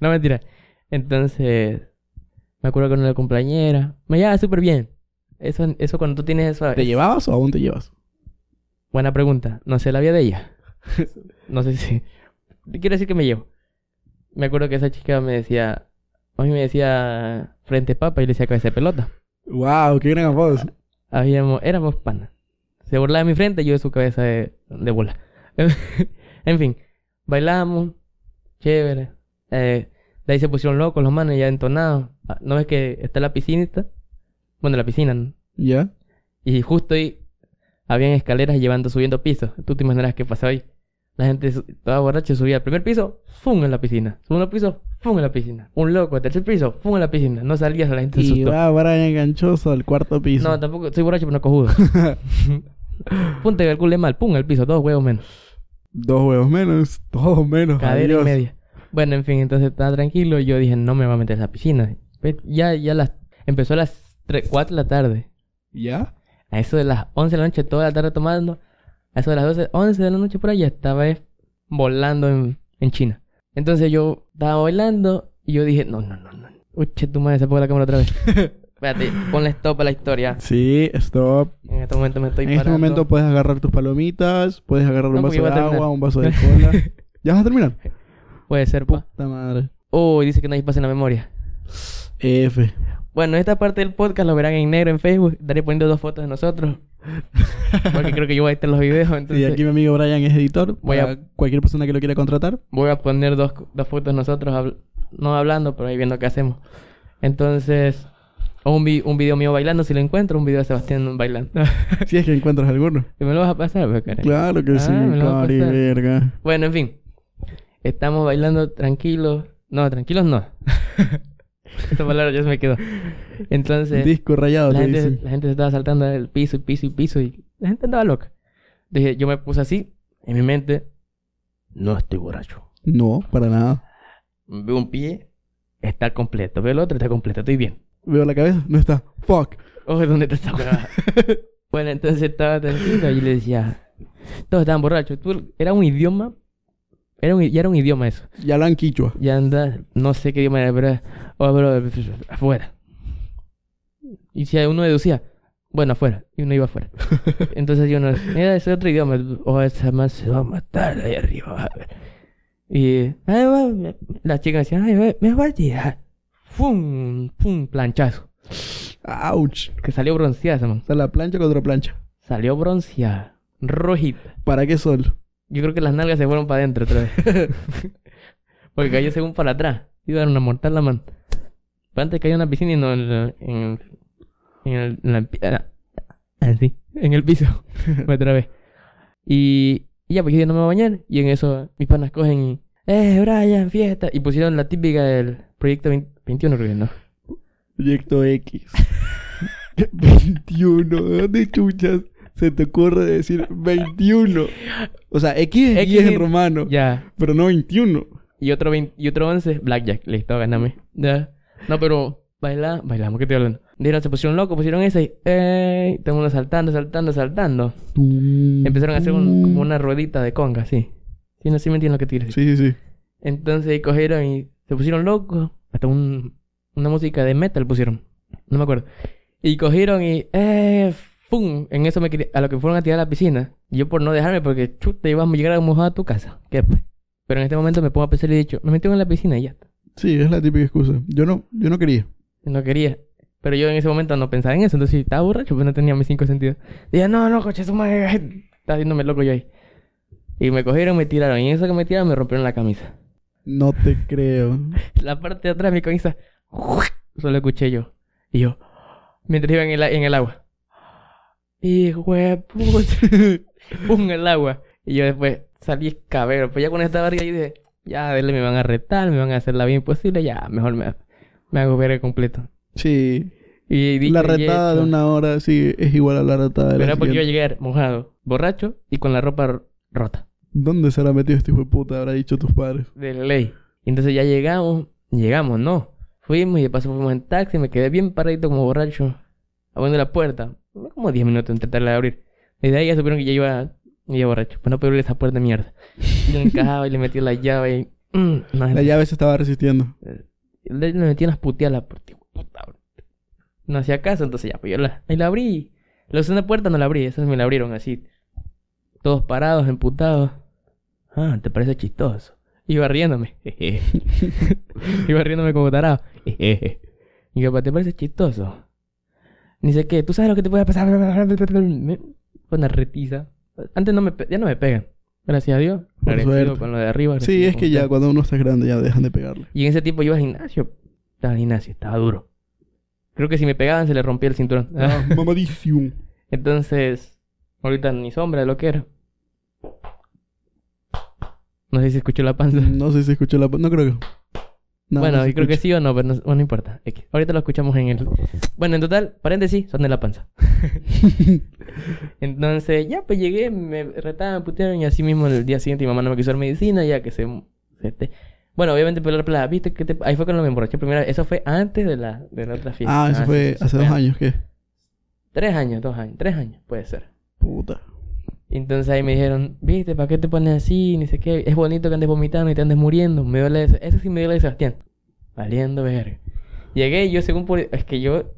No, mentira. Entonces, me acuerdo con la compañera. Me llevaba súper bien. Eso, eso cuando tú tienes eso...
¿Te llevabas o aún te llevas?
Buena pregunta. No sé la vida de ella. No sé si... Quiero decir que me llevo. Me acuerdo que esa chica me decía... A mí me decía frente papa y le decía cabeza de pelota.
Wow, qué gran apodo.
Ah, Habíamos... Éramos panas. Se burlaba de mi frente y yo de su cabeza de, de bola. en fin. Bailamos. Chévere. Eh, de ahí se pusieron locos los manes ya entonados. Ah, ¿No ves que está la piscinita? Bueno, la piscina, ¿no?
¿Ya?
Y justo ahí habían escaleras llevando, subiendo pisos. Tú te imaginarás qué pasaba ahí. La gente su- toda borracha subía al primer piso, ¡fum! en la piscina. Segundo piso, ¡fum! en la piscina. Un loco, al tercer piso, ¡fum! en la piscina. No salías, la gente se
Y
asustó.
va Brian Ganchoso al cuarto piso.
No, tampoco, soy borracho, pero no cojudo. Punta que calcule mal, ¡pum! al piso, dos huevos menos.
Dos huevos menos, todos menos.
Cadera
adiós.
y media. Bueno, en fin, entonces estaba tranquilo y yo dije, no me va a meter en la piscina. Pues, Ya, ya las... Empezó a las 3, 4 de la tarde.
¿Ya?
A eso de las 11 de la noche, toda la tarde tomando. A eso de las 12, 11 de la noche por allá, estaba eh, volando en, en China. Entonces yo estaba bailando y yo dije, no, no, no, no. Uche, tu madre se apagó la cámara otra vez. Espérate, ponle stop a la historia.
Sí, stop.
En este momento me estoy
en este
parando.
momento puedes agarrar tus palomitas, puedes agarrar un
No, porque
vaso de
iba a terminar.
agua, un vaso de cola. ¿Ya vas a terminar?
Puede ser, pa.
Puta madre.
Uy, dice que no hay espacio en la memoria.
F.
Bueno, esta parte del podcast lo verán en negro en Facebook. Estaré poniendo dos fotos de nosotros. Porque creo que yo voy a editar los videos. Entonces
y aquí mi amigo Brian es editor.
Voy a-
para cualquier persona que lo quiera contratar.
voy a poner dos, dos fotos de nosotros. habl- no hablando, pero ahí viendo qué hacemos. Entonces... O un, vi- un video mío bailando, si lo encuentro. Un video de Sebastián bailando.
si es que encuentras alguno.
¿Y me lo vas a pasar? pues, caray?
Ah. Claro que
Ah,
sí,
me lo va a
cari,
pasar.
verga.
Bueno, en fin. Estamos bailando tranquilos. No, tranquilos no. Esta palabra ya se me quedó. Entonces,
Disco rayado,
la
te
gente,
dice.
la gente se estaba saltando del piso y piso y piso y la gente andaba loca. Dije, yo me puse así en mi mente. No estoy borracho.
No, para nada.
Veo un pie, está completo. Veo el otro, está completo. Estoy bien.
Veo la cabeza, no está. Fuck.
Oye, ¿dónde está esa huevada? bueno, entonces estaba tranquilo y le decía... Todos estaban borrachos. Tú- era un idioma... Era un, i- ya era un idioma eso.
Ya hablan quichua.
Ya anda, no sé qué idioma era, pero... Oh, bro, afuera. Y si uno deducía, bueno, afuera. Y uno iba afuera. Entonces yo no... Era ese otro idioma. O esa más se va a matar ahí arriba. va a ver". Y... "Ay, va", me- la chica decía, ay, va, me va a tirar. ¡Fum! ¡Fum! Planchazo.
Ouch.
Que salió bronceada esa man.
O sea, la plancha contra plancha.
Salió bronceada, rojita.
¿Para qué sol?
Yo creo que las nalgas se fueron para adentro otra vez. Porque cayó según para atrás. Iba a dar una mortal la mano. Pero antes cayó en la piscina y no en, la- en, el- en el... En la pi- ah, así, en el piso. otra vez. Y, y ya, pues yo dije, no me voy a bañar. Y en eso mis panas cogen y... ¡Eh, Brian, fiesta! Y pusieron la típica del Proyecto 20 21, creo que, ¿no?
Proyecto X. 21. ¿De dónde chuchas se te ocurre decir 21? O sea, X es
X
10 en
es-
romano,
Ya.
pero no 21.
Y otro, 20 y otro 11, Blackjack. Listo, ganame. Ya. No, pero baila, bailamos, ¿qué estoy hablando? Dieron, se pusieron locos, pusieron esa y... ¡Ey! Todo el mundo saltando, saltando, saltando. Empezaron a hacer un- como una ruedita de conga, así. Si no, sí me entiendes lo que tires.
Sí, sí, sí.
Entonces ahí cogieron y se pusieron locos. Hasta un, una música de metal pusieron. No me acuerdo. Y cogieron y... ¡Eh! ¡Fum! En eso me quería- a lo que fueron a tirar a la piscina. Y Yo por no dejarme porque chuta, ibas a llegar mojado a tu casa. ¿Qué pues? Pero en este momento me pongo a pensar y he dicho, me metí en la piscina y ya.
Sí, es la típica excusa. Yo no, yo no quería.
No quería. Pero yo en ese momento no pensaba en eso. Entonces estaba borracho, pues no tenía mis cinco sentidos. Dije, no, no, coche, su madre. Estaba haciéndome loco yo ahí. Y me cogieron, me tiraron. Y en eso que me tiraron, me rompieron la camisa.
No te creo.
La parte de atrás de mi camisa. Solo escuché yo. Y yo. Mientras iba en el, a- en el agua. Y puta. Pum, el agua. Y yo después salí cabero. Pues ya con esta barriga yo dije, ya, dele, me van a retar, me van a hacer la vida imposible. Ya, mejor me, me hago ver completo.
Sí.
Y dije,
La retada de
"Yeso".
una hora, sí, es igual a la retada de
Pero
la
era porque iba a
siguiente.
llegar mojado, borracho y con la ropa r- rota.
¿Dónde se habrá metido este hijo de puta? Habrá dicho tus padres.
De ley. Y entonces ya llegamos, llegamos, no. Fuimos y de paso fuimos en taxi, me quedé bien paradito como borracho, abriendo la puerta. Como 10 minutos en tratarla de abrir. Desde ahí ya supieron que ya iba, ya borracho. Pues no puedo abrir esa puerta de mierda. Y le encajaba y le metí la llave y. mm, no,
La llave se estaba resistiendo.
le, le metí unas puteadas por ti, puta, bro. No hacía caso, entonces ya, pues yo la, ahí la abrí. La segunda puerta no la abrí, esas me la abrieron así. Todos parados, emputados. Ah, te parece chistoso. Iba riéndome. jeje. Iba riéndome como tarado. jeje. Y yo, "Pa, ¿te parece chistoso? Dice que, ¿tú sabes lo que te puede pasar? Me- Fue una retiza. Antes no me, pe- ya no me pegan. Gracias a Dios.
Por
Agradecido
suerte.
con lo de arriba.
Sí,
agradecido
es
con
que ya
usted.
cuando uno está grande ya dejan de pegarle.
Y en ese tiempo yo iba al gimnasio. Estaba al gimnasio, estaba duro. Creo que si me pegaban se le rompía el cinturón.
Ah, mamadísimo.
Entonces, ahorita ni sombra de lo que era. No sé si escuchó la panza.
No sé si escuchó la... No creo que... No,
bueno,
no se
yo creo que
escucha.
sí o no, pero no, bueno, no importa. X. Ahorita lo escuchamos en el... Bueno, en total, paréntesis, son de la panza. Entonces, ya pues llegué, me retaban, me putearon y así mismo el día siguiente mi mamá no me quiso dar medicina, ya que se... se te- Bueno, obviamente pelar plata, ¿viste? Que te... Ahí fue cuando me emborraché primero. Eso fue antes de la, de la otra fiesta.
Ah, eso
sí,
fue
sí, sí,
hace
fue
dos
antes.
años, ¿qué?
Tres años, dos años, tres años, puede ser.
Puta.
Entonces ahí me dijeron, ¿viste? ¿Para qué te pones así? Ni sé qué. Es bonito que andes vomitando y te andes muriendo. Me duele eso. Eso sí me duele de Sebastián. Valiendo verga. Llegué y yo según... por- Es que yo...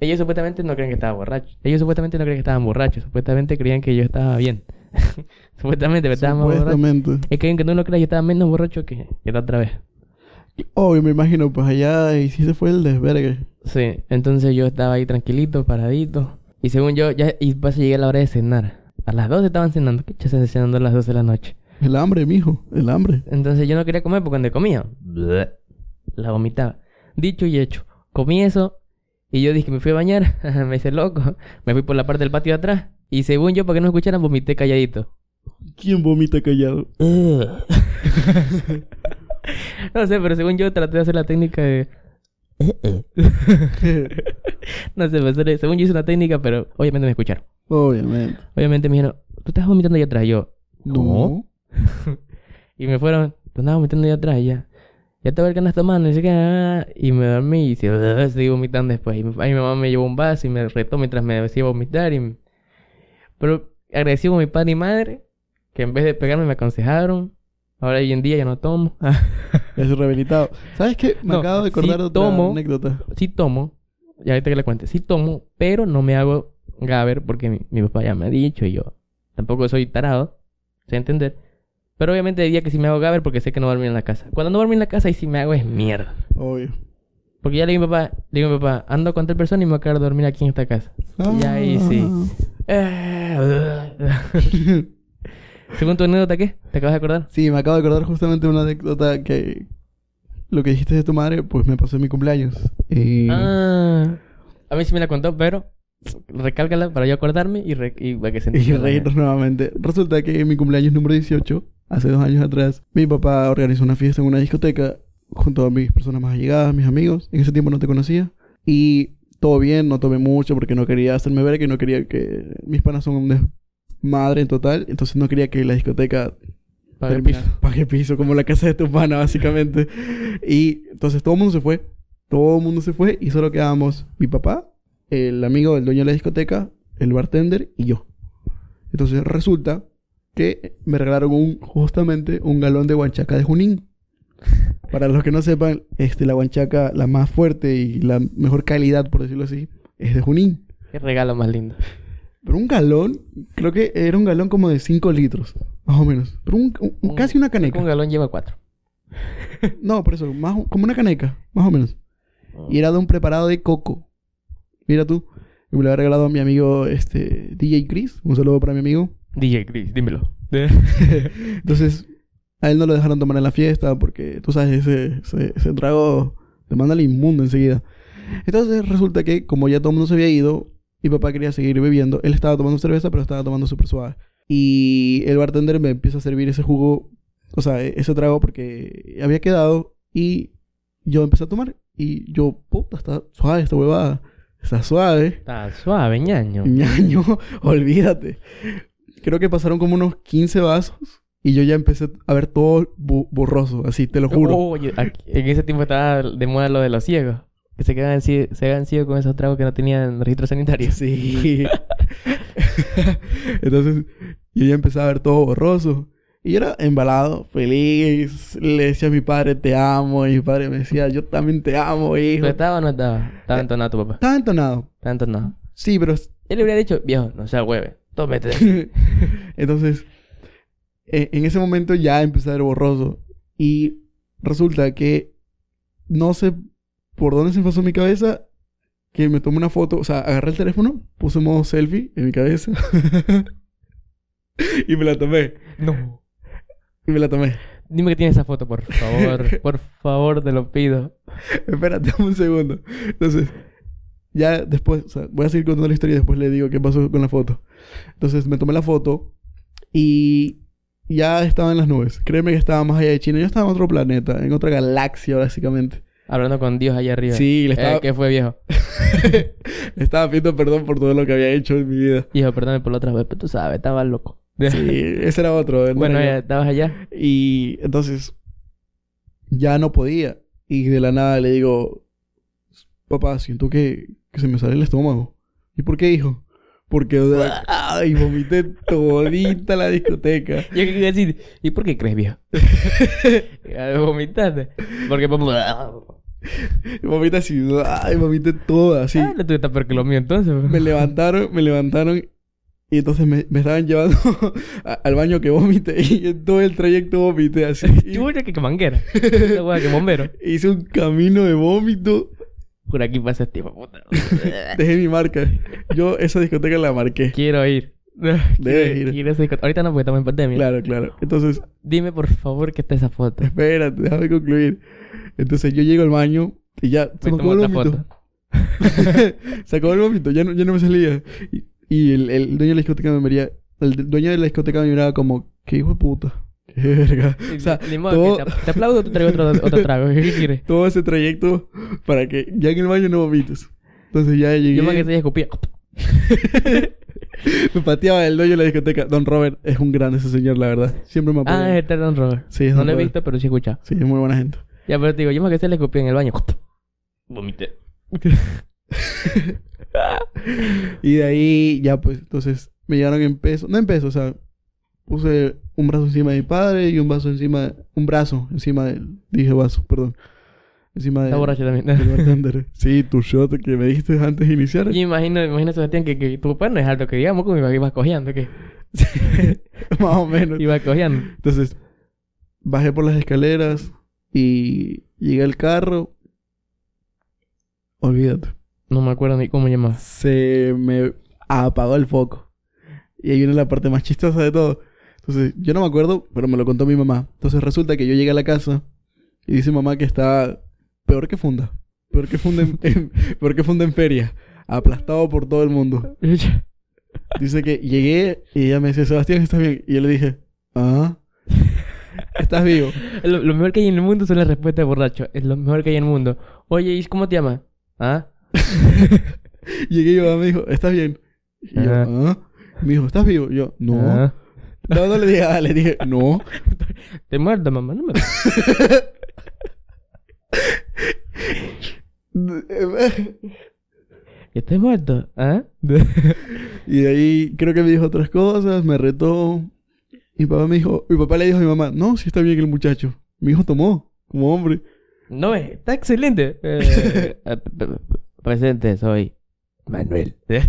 Ellos supuestamente no creen que estaba borracho. Ellos supuestamente no creen que estaban borrachos. Supuestamente creían que yo estaba bien. supuestamente me estaba más borracho.
Supuestamente.
Es que aunque no lo creas, yo estaba menos borracho que, que la otra vez.
Obvio, me imagino, pues allá y sí se fue el desvergue.
Sí, entonces yo estaba ahí tranquilito, paradito. Y según yo, ya y pues llegué a la hora de cenar. A las 12 estaban cenando. ¿Qué chas cenando a las 12 de la noche?
El hambre, mijo. El hambre.
Entonces yo no quería comer porque cuando comía, bleh, la vomitaba. Dicho y hecho, comí eso y yo dije que me fui a bañar. me hice loco. Me fui por la parte del patio de atrás. Y según yo, para que no escucharan, vomité calladito.
¿Quién vomita callado?
No sé, pero según yo traté de hacer la técnica de... No sé, pero se- según yo hice una técnica, pero obviamente me escucharon.
Obviamente.
Obviamente me dijeron, tú estás vomitando allá atrás. Y yo,
No.
Y me fueron, tú andabas vomitando allá atrás, y ya. Ya te voy a tomando, y, "Ah", y me dormí y se- seguí vomitando después. Y mi, pa- y mi mamá me llevó un vaso y me retó mientras me decía vomitar. Y... Pero agradecido a mi padre y madre, que en vez de pegarme me aconsejaron. Ahora hoy en día ya no tomo. Ah,
Es rehabilitado. ¿Sabes qué? Me
No,
acabo de acordar
sí
de otra
tomo.
anécdota.
sí tomo, y ahorita que le cuente, sí tomo, pero no me hago gaber porque mi, mi papá ya me ha dicho y yo tampoco soy tarado, sé entender. Pero obviamente diría que sí me hago gaber porque sé que no voy a dormir en la casa. Cuando no dormir en la casa y si me hago es mierda.
Obvio.
Porque ya le digo a mi papá, le digo a mi papá, ando con tal persona y me voy a quedar a dormir aquí en esta casa. Y ahí sí.
Ah.
Según tu anécdota, ¿qué? ¿Te acabas de acordar?
Sí, me acabo de acordar justamente de una anécdota que... Lo que dijiste de tu madre, pues me pasó en mi cumpleaños. Y...
Ah, a mí sí me la contó, pero recálcala para yo acordarme y, re- y para que se
Y
entienda.
reírnos nuevamente. Resulta que en mi cumpleaños número 18, hace dos años atrás, mi papá organizó una fiesta en una discoteca junto a mis personas más allegadas, mis amigos. En ese tiempo no te conocía. Y todo bien, no tomé mucho porque no quería hacerme ver que no quería que mis panas son un desmadre en total. Entonces no quería que la discoteca
Para el
termina-
piso.
Pague piso, como la casa de tu pana, básicamente. Y entonces todo el mundo se fue. Todo el mundo se fue y solo quedábamos mi papá, el amigo del dueño de la discoteca, el bartender y yo. Entonces resulta que me regalaron un, justamente un galón de guanchaca de Junín. Para los que no sepan, este, la guanchaca, la más fuerte y la mejor calidad, por decirlo así, es de Junín.
Qué regalo más lindo.
Pero un galón, creo que era un galón como de 5 litros, más o menos. Pero un- un-
Un-
casi una caneca.
Un galón lleva cuatro.
No, por eso, más, o- como una caneca, más o menos. Y era de un preparado de coco. Mira tú. Y me lo había regalado a mi amigo este, DJ Chris. Un saludo para mi amigo.
DJ Chris, dímelo.
Entonces, a él no lo dejaron tomar en la fiesta porque tú sabes, ese, ese, ese trago te manda al inmundo enseguida. Entonces, resulta que como ya todo el mundo se había ido, mi papá quería seguir bebiendo. Él estaba tomando cerveza, pero estaba tomando súper suave. Y el bartender me empieza a servir ese jugo, o sea, e- ese trago porque había quedado y yo empecé a tomar. Y yo, puta, está suave esta huevada. Está suave.
Está suave, ñaño.
Ñaño, olvídate. Creo que pasaron como unos 15 vasos y yo ya empecé a ver todo bu- borroso, así, te lo
Oh,
juro.
Oye, aquí- en ese tiempo estaba de moda lo de los ciegos. Que se quedaban cie- se quedaban ciegos con esos tragos que no tenían registro sanitario.
Sí. Entonces, yo ya empecé a ver todo borroso. Y yo era embalado, feliz. Le decía a mi padre, te amo. Y mi padre me decía, yo también te amo, hijo.
¿Pero estaba o no estaba? Estaba entonado tu papá.
Estaba entonado.
Estaba entonado.
Sí, pero
Él le hubiera dicho, viejo, no sea hueve. Tómete.
Entonces, e- en ese momento ya empecé a ver borroso. Y resulta que no sé por dónde se pasó mi cabeza que me tomé una foto. O sea, agarré el teléfono, puse modo selfie en mi cabeza. y me la tomé.
No.
Y me la tomé.
Dime que tienes esa foto, por favor. Por favor, te lo pido.
Espérate un segundo. Entonces, ya después, o sea, voy a seguir contando la historia y después le digo qué pasó con la foto. Entonces, me tomé la foto y ya estaba en las nubes. Créeme que estaba más allá de China. Yo estaba en otro planeta, en otra galaxia, básicamente.
Hablando con Dios allá arriba.
Sí, le estaba,
Eh, ¿Qué fue, viejo?
le estaba pidiendo perdón por todo lo que había hecho en mi vida.
Hijo, perdóname por la otra vez, pero tú sabes, estaba loco.
Sí, ese era otro. él no
Bueno,
era
ya,
yo.
estabas allá.
Y entonces, ya no podía. Y de la nada le digo, papá, siento que, que se me sale el estómago. ¿Y por qué, hijo? Porque y vomité todita la discoteca.
Yo quería decir, ¿y por qué crees, viejo? Ah, Vomitaste. Porque ah, papá.
Vomité así, y vomité toda, así.
Ah, no tuviste peor que lo mío entonces.
Me levantaron, me levantaron y entonces me, me estaban llevando a- al baño que vomité y en todo el trayecto vomité así.
Chucha, que que manguera. Esa hueá que bombero.
Hice un camino de vómito
Por aquí pasa este tipo, puta.
Dejé mi marca. Yo esa discoteca la marqué.
Quiero ir.
Debes ir.
Quiero esa discoteca. Ahorita no, porque estamos en pandemia.
Claro, claro. Entonces,
Dime, por favor, que está esa foto.
espérate, déjame concluir. Entonces yo llego al baño y ya se
Me
me acabó
tomo
el
otra
vómito.
foto.
se acabó el vómito, ya no, ya no me salía. Y, y el, el dueño de la discoteca me miraba, el de- dueño de la discoteca me miraba como, qué hijo de puta. Qué verga. O sea,
Ni modo
todo-
que te, te aplaudo, te traigo otro, otro trago. ¿Qué quieres?
todo ese trayecto para que ya en el baño no vomites. Entonces ya llegué.
Yo más que te escupía.
Me pateaba el dueño de la discoteca. Don Robert es un grande ese señor, la verdad. Siempre me apoya.
Ah, es el Don Robert.
Sí, es
no
Don
lo he
Robert.
visto, pero sí he escuchado.
Sí, es muy buena gente.
Ya, pero te digo, yo más que se le escupí en el baño. Vomité.
Y de ahí ya pues, entonces me llevaron en peso. No en peso, o sea, puse un brazo encima de mi padre y un vaso encima, un brazo encima del, dije vaso, perdón. Encima
Está
del,
borracho
del
también.
bartender. sí, tu shot que me diste antes de iniciar.
Yo imagino, imagino, Sebastián, que, que tu papá no es alto, que digamos, como iba, iba cojeando, que
Más o menos.
iba cojeando.
Entonces, bajé por las escaleras y llegué al carro. Olvídate.
No me acuerdo ni cómo llamaba.
se me apagó el foco. Y ahí viene la parte más chistosa de todo. Entonces, yo no me acuerdo, pero me lo contó mi mamá. Entonces resulta que yo llegué a la casa y dice mamá que está peor que funda. Peor que funda en, en- peor que funda en feria. Aplastado por todo el mundo. Dice que llegué y ella me dice, Sebastián, ¿estás bien? Y yo le dije, ¿ah? ¿Estás vivo?
lo, lo mejor que hay en el mundo son las respuestas de borracho. Es lo mejor que hay en el mundo. Oye, ¿y cómo te llamas? ¿Ah?
Llegué y mi mamá me dijo, ¿estás bien? Y yo,
Ah.
¿ah? Me dijo, ¿estás vivo? Y yo, no.
Ah.
No, no le dije, ah, le dije, no.
Te muerto, mamá. No me... Yo estoy muerto. ¿Ah?
Y de ahí creo que me dijo otras cosas, me retó. Mi papá me dijo, mi papá le dijo a mi mamá, no, sí está bien el muchacho. Mi hijo tomó, como hombre.
No, eh, está excelente. Eh, eh, presente, soy Manuel.
¿Eh?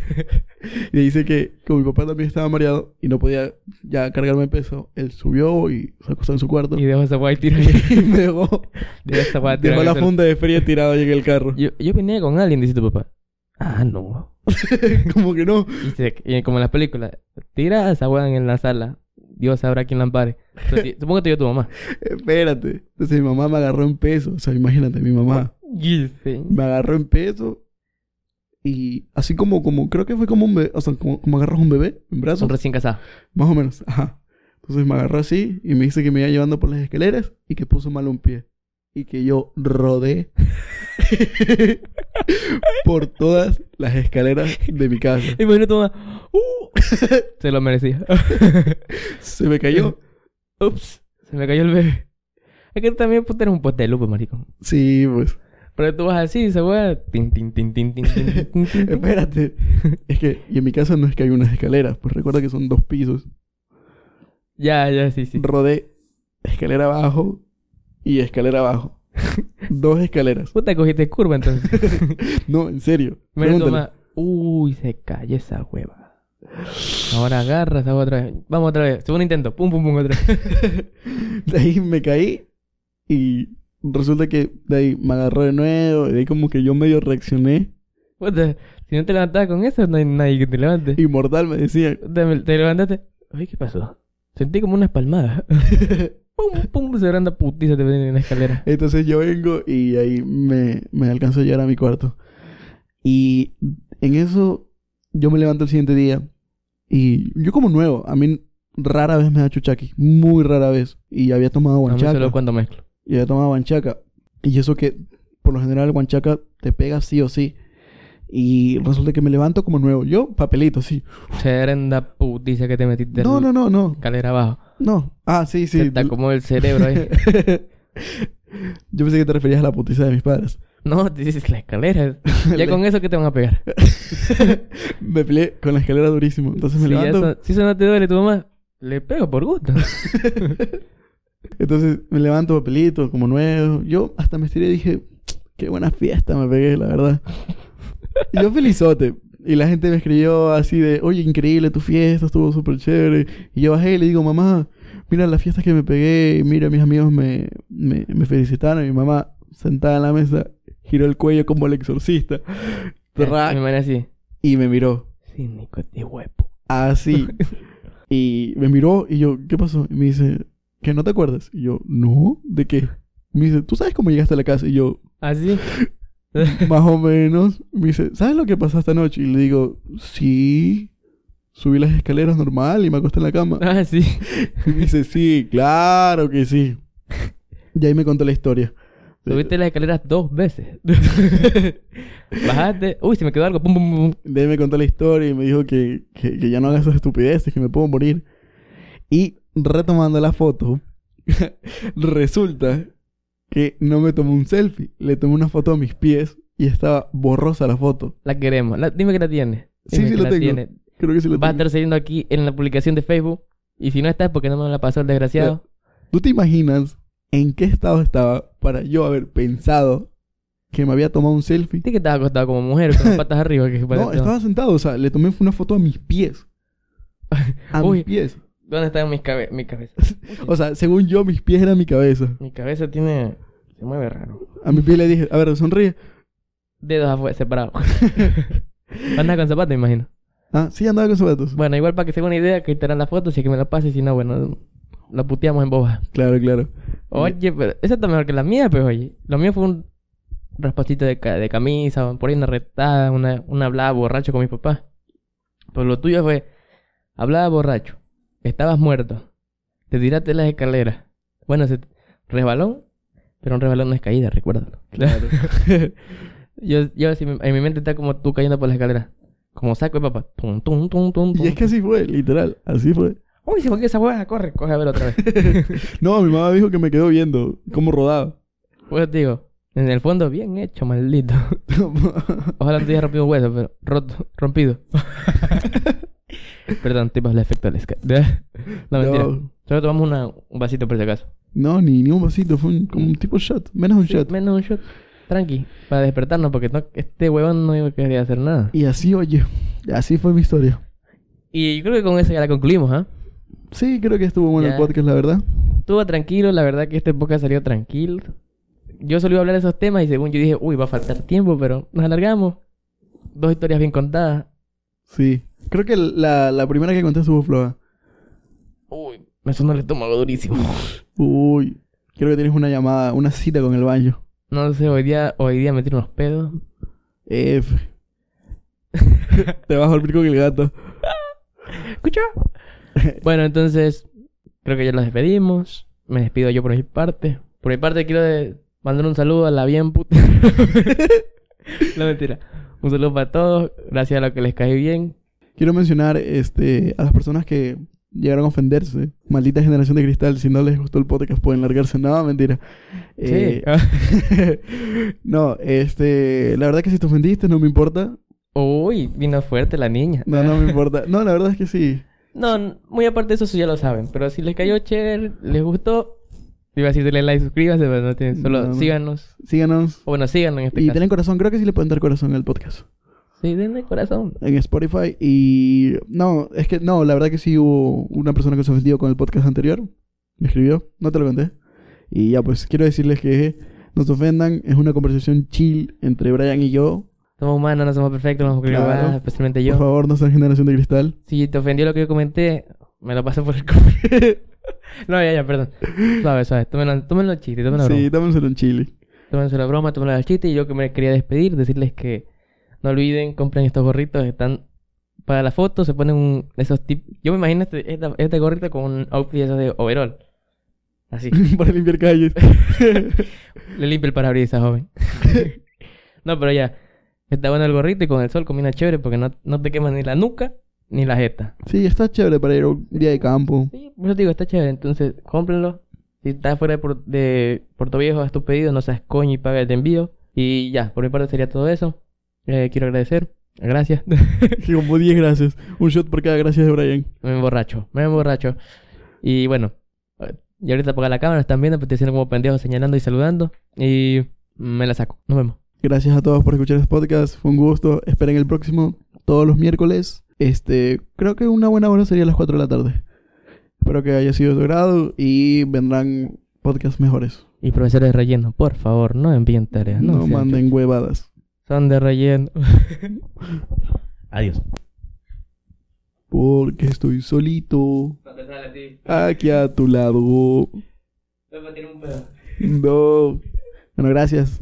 Y ahí dice que como mi papá también estaba mareado y no podía ya cargarme peso, él subió y se acostó en su cuarto.
y
Y,
dejo esa guay tirada.
me dejó,
Dejo esa guay
dejó la
tirada.
funda de feria tirada ahí en el carro.
Yo, yo venía con alguien, dice tu papá. Ah, no.
como que no.
Y, se- y como en las películas, tira a esa guay en la sala. Dios sabrá quién la ampare. Entonces, Supongo que te dio tu mamá.
Espérate. Entonces mi mamá me agarró en peso. O sea, imagínate, mi mamá
Y sí.
me agarró en peso. Y así como, como, creo que fue como un bebé, o sea, como, como agarras un bebé en brazos.
Son recién casados.
Más o menos, ajá. Entonces me agarró así y me dice que me iba llevando por las escaleras y que puso mal un pie. Y que yo rodé por todas las escaleras de mi casa.
Y bueno, toma. ¡Uh! Se lo merecía.
Se me cayó.
Ups. Se me cayó el bebé. Es que tú también puta, eres un poste de lupe, maricón.
Sí, pues.
Pero tú vas así, esa weá. Tin, tin, tin, tin, tin, tin, tin, tin, tin.
Espérate. Es que y en mi casa no es que hay unas escaleras, pues recuerda que son dos pisos.
Ya, ya, sí, sí.
Rodé escalera abajo y escalera abajo. dos escaleras.
Puta, cogiste curva entonces.
No, en serio.
Mira,
Pregúntale.
toma. Uy, se cayó esa hueva. Ahora agarra esa hueva otra vez. Vamos otra vez. Segundo intento. Pum, pum, pum, otra vez.
De ahí me caí y resulta que de ahí me agarró de nuevo. Y de ahí como que yo medio reaccioné.
Puta, si no te levantabas con eso, no hay nadie que te levante.
Y mortal me decía.
Puta, me- Te levantaste. Oye, ¿qué pasó? Sentí como una espalmada. pum, pum, se anda putiza te viene en la escalera.
Entonces yo vengo y ahí me, me alcanzó a llevar a mi cuarto. Y en eso yo me levanto el siguiente día. Y yo como nuevo, a mí rara vez me da chuchaqui. Muy rara vez. Y había tomado
A mí
guanchaca.
solo cuando mezclo.
Y había tomado guanchaca. Y eso que, por lo general, el guanchaca te pega sí o sí. Y resulta que me levanto como nuevo. Yo, papelito, así.
Serenda putiza que te metiste
No,
en
no, no, no.
la escalera abajo.
No. Ah, sí,
se
sí.
te acomodó el cerebro ahí.
Yo pensé que te referías a la putiza de mis padres.
no, te dices la escalera. Ya con eso que te van a pegar.
me peleé con la escalera durísimo. Entonces me
Si, ya
levanto.
eso, si eso no te duele tu mamá, le pego por gusto.
Entonces me levanto papelito, como nuevo. Yo hasta me estiré y dije, qué buena fiesta me pegué, la verdad. y yo felizote. Y la gente me escribió así de, oye, increíble tu fiesta, estuvo súper chévere. Y yo bajé y le digo, mamá, mira las fiestas que me pegué, mira, mis amigos me, me, me felicitaron. Y mi mamá sentada en la mesa, giró el cuello como el exorcista. Trac,
Mi madre así.
y me miró.
Sí, Nico, de huevo.
Así. y me miró y yo, ¿qué pasó? Y me dice, ¿que no te acuerdas? Y yo, no, ¿de qué? Me dice, ¿tú sabes cómo llegaste a la casa? Y yo,
Así.
más o menos. Me dice, ¿sabes lo que pasó esta noche? Y le digo, sí. Subí las escaleras normal y me acosté en la cama.
Ah, sí.
Y me dice, sí, claro que sí. Y ahí me contó la historia.
Subiste las escaleras dos veces. Bajaste. Uy, se me quedó algo. Pum, pum, pum.
De ahí me contó la historia y me dijo que, que- que ya no hagas esas estupideces, que me puedo morir. Y retomando la foto, resulta que no me tomó un selfie. Le tomé una foto a mis pies y estaba borrosa la foto.
La queremos. La- dime que la tienes.
Sí,
Dime
sí
que
la tengo.
tienes.
Creo que sí la
Vas a
tengo.
estar siguiendo aquí en la publicación de Facebook. Y si no estás, porque no me la pasó el desgraciado.
¿Tú te imaginas en qué estado estaba para yo haber pensado que me había tomado un selfie?
Sí que estás acostado como mujer, con las patas arriba. Que
No, estaba sentado, o sea, le tomé una foto a mis pies. A
Uy.
mis pies.
¿Dónde está mis cabe- mi cabeza?
O sea, según yo, mis pies eran mi cabeza.
Mi cabeza tiene... Se mueve raro.
A mis pies le dije, a ver, sonríe.
Dedos afuera, separados. Andas con zapatos, me imagino.
Ah, sí, andaba con zapatos.
Bueno, igual para que se haga una idea, que estarán las fotos, si es que me la pases, si no, bueno, la puteamos en boba.
Claro, claro.
Oye, pero esa está mejor que la mía, pues, oye. Lo mío fue un raspacito de, ca- de camisa, por ahí una retada, una, una hablada borracho con mi papá. Pero lo tuyo fue, hablaba borracho, estabas muerto, te tiraste las escaleras. Bueno, se resbalón, pero un resbalón no es caída, recuérdalo.
Claro.
yo, yo sí, en mi mente está como tú cayendo por las escaleras. Como saco de papá. Tum, tum, tum, tum, tum.
Y es que así fue, literal, así fue.
Uy, se fue esa hueá, corre, coge a ver otra vez.
No, mi mamá dijo que me quedó viendo cómo rodaba.
Pues te digo, en el fondo, bien hecho, maldito. Ojalá no te haya rompido un hueso, pero roto, rompido. Perdón, te pasé el efecto del ska- No, mentira.
No.
Solo tomamos una, un vasito por si acaso.
No, ni, ni un vasito, fue un- como un tipo shot, menos un
Sí,
shot.
menos un shot. Tranqui, para despertarnos, porque no- este huevón no iba a querer hacer nada.
Y así, oye, así fue mi historia.
Y yo creo que con eso ya la concluimos, ¿ah?
Sí, creo que estuvo bueno
Ya.
el podcast, la verdad.
Estuvo tranquilo, la verdad que este podcast salió tranquilo. Yo solo iba a hablar de esos temas y según yo dije, uy, va a faltar tiempo, pero nos alargamos. Dos historias bien contadas.
Sí. Creo que la, la primera que conté estuvo floja.
Uy, me sonó el estómago durísimo.
Uy, creo que tienes una llamada, una cita con el baño.
No sé, hoy día, hoy día me tiro unos pedos.
F. Te vas a dormir con el gato.
¿Escucha? bueno, entonces, creo que ya nos despedimos. Me despido yo por mi parte. Por mi parte quiero de- mandar un saludo a la bien puta. no, mentira. Un saludo para todos. Gracias a lo que les caí bien.
Quiero mencionar este, a las personas que llegaron a ofenderse. Maldita generación de cristal, si no les gustó el podcast pueden largarse. No, mentira. Eh, no, este, la verdad que si te ofendiste no me importa.
Uy, vino fuerte la niña.
No, no me importa. No, la verdad es que sí.
No, n- muy aparte de eso, eso ya lo saben. Pero si les cayó chévere, les gustó, iba a decir denle like, suscríbanse, pero no tienen. Solo
No, no.
síganos.
Síganos.
O bueno, síganos en este
Y
caso.
tienen corazón, creo que sí le pueden dar corazón al podcast.
Sí, denle corazón.
En Spotify. Y no, es que no, la verdad que sí hubo una persona que se ofendió con el podcast anterior. Me escribió, no te lo conté. Y ya pues quiero decirles que no se ofendan. Es una conversación chill entre Brian y yo.
Somos humanos, no somos perfectos, no somos
Claro.
claro. especialmente yo.
Por favor, no sean generación de cristal.
Si te ofendió lo que yo comenté, me lo pasé por el culo. no, ya, ya, perdón. Suave, suave. Tómenlo, tómenlo chiste, tómenlo
sí,
broma.
dámoselo en Chile.
Tómense la broma, tómenlo al chiste. Y yo que me quería despedir, decirles que no olviden, compren estos gorritos. Están para la foto, se ponen un, esos tip. Yo me imagino este, esta- este gorrito con un outfit esos de overall. Así.
Para limpiar calles.
Le limpio el parabrisas, joven. no, pero ya. Está bueno el gorrito y con el sol combina chévere porque no, no te quemas ni la nuca ni la jeta.
sí, está chévere para ir a un día de campo.
Sí, por eso te digo, está chévere. Entonces, cómprenlo. Si estás fuera de, Port- de Puerto Viejo, haz tu pedido, no seas coño y paga el envío. Y ya, por mi parte sería todo eso. Eh, quiero agradecer. Gracias.
Sí, como 10 gracias. Un shot por cada gracias de Brian.
me emborracho, me emborracho. Y bueno, eh, y ahorita apaga la cámara, están viendo, pero estoy haciendo como pendejo señalando y saludando. Y me la saco. Nos vemos.
Gracias a todos por escuchar este podcast. Fue un gusto. Esperen el próximo todos los miércoles. Este, creo que una buena hora sería las 4 de la tarde. Espero que haya sido de su agrado y vendrán podcasts mejores.
Y profesores de relleno, por favor, no envíen tareas.
No,
sean
manden
chuchos.
huevadas.
Son de relleno.
Adiós.
Porque estoy solito. Aquí a tu lado. No. Bueno, gracias.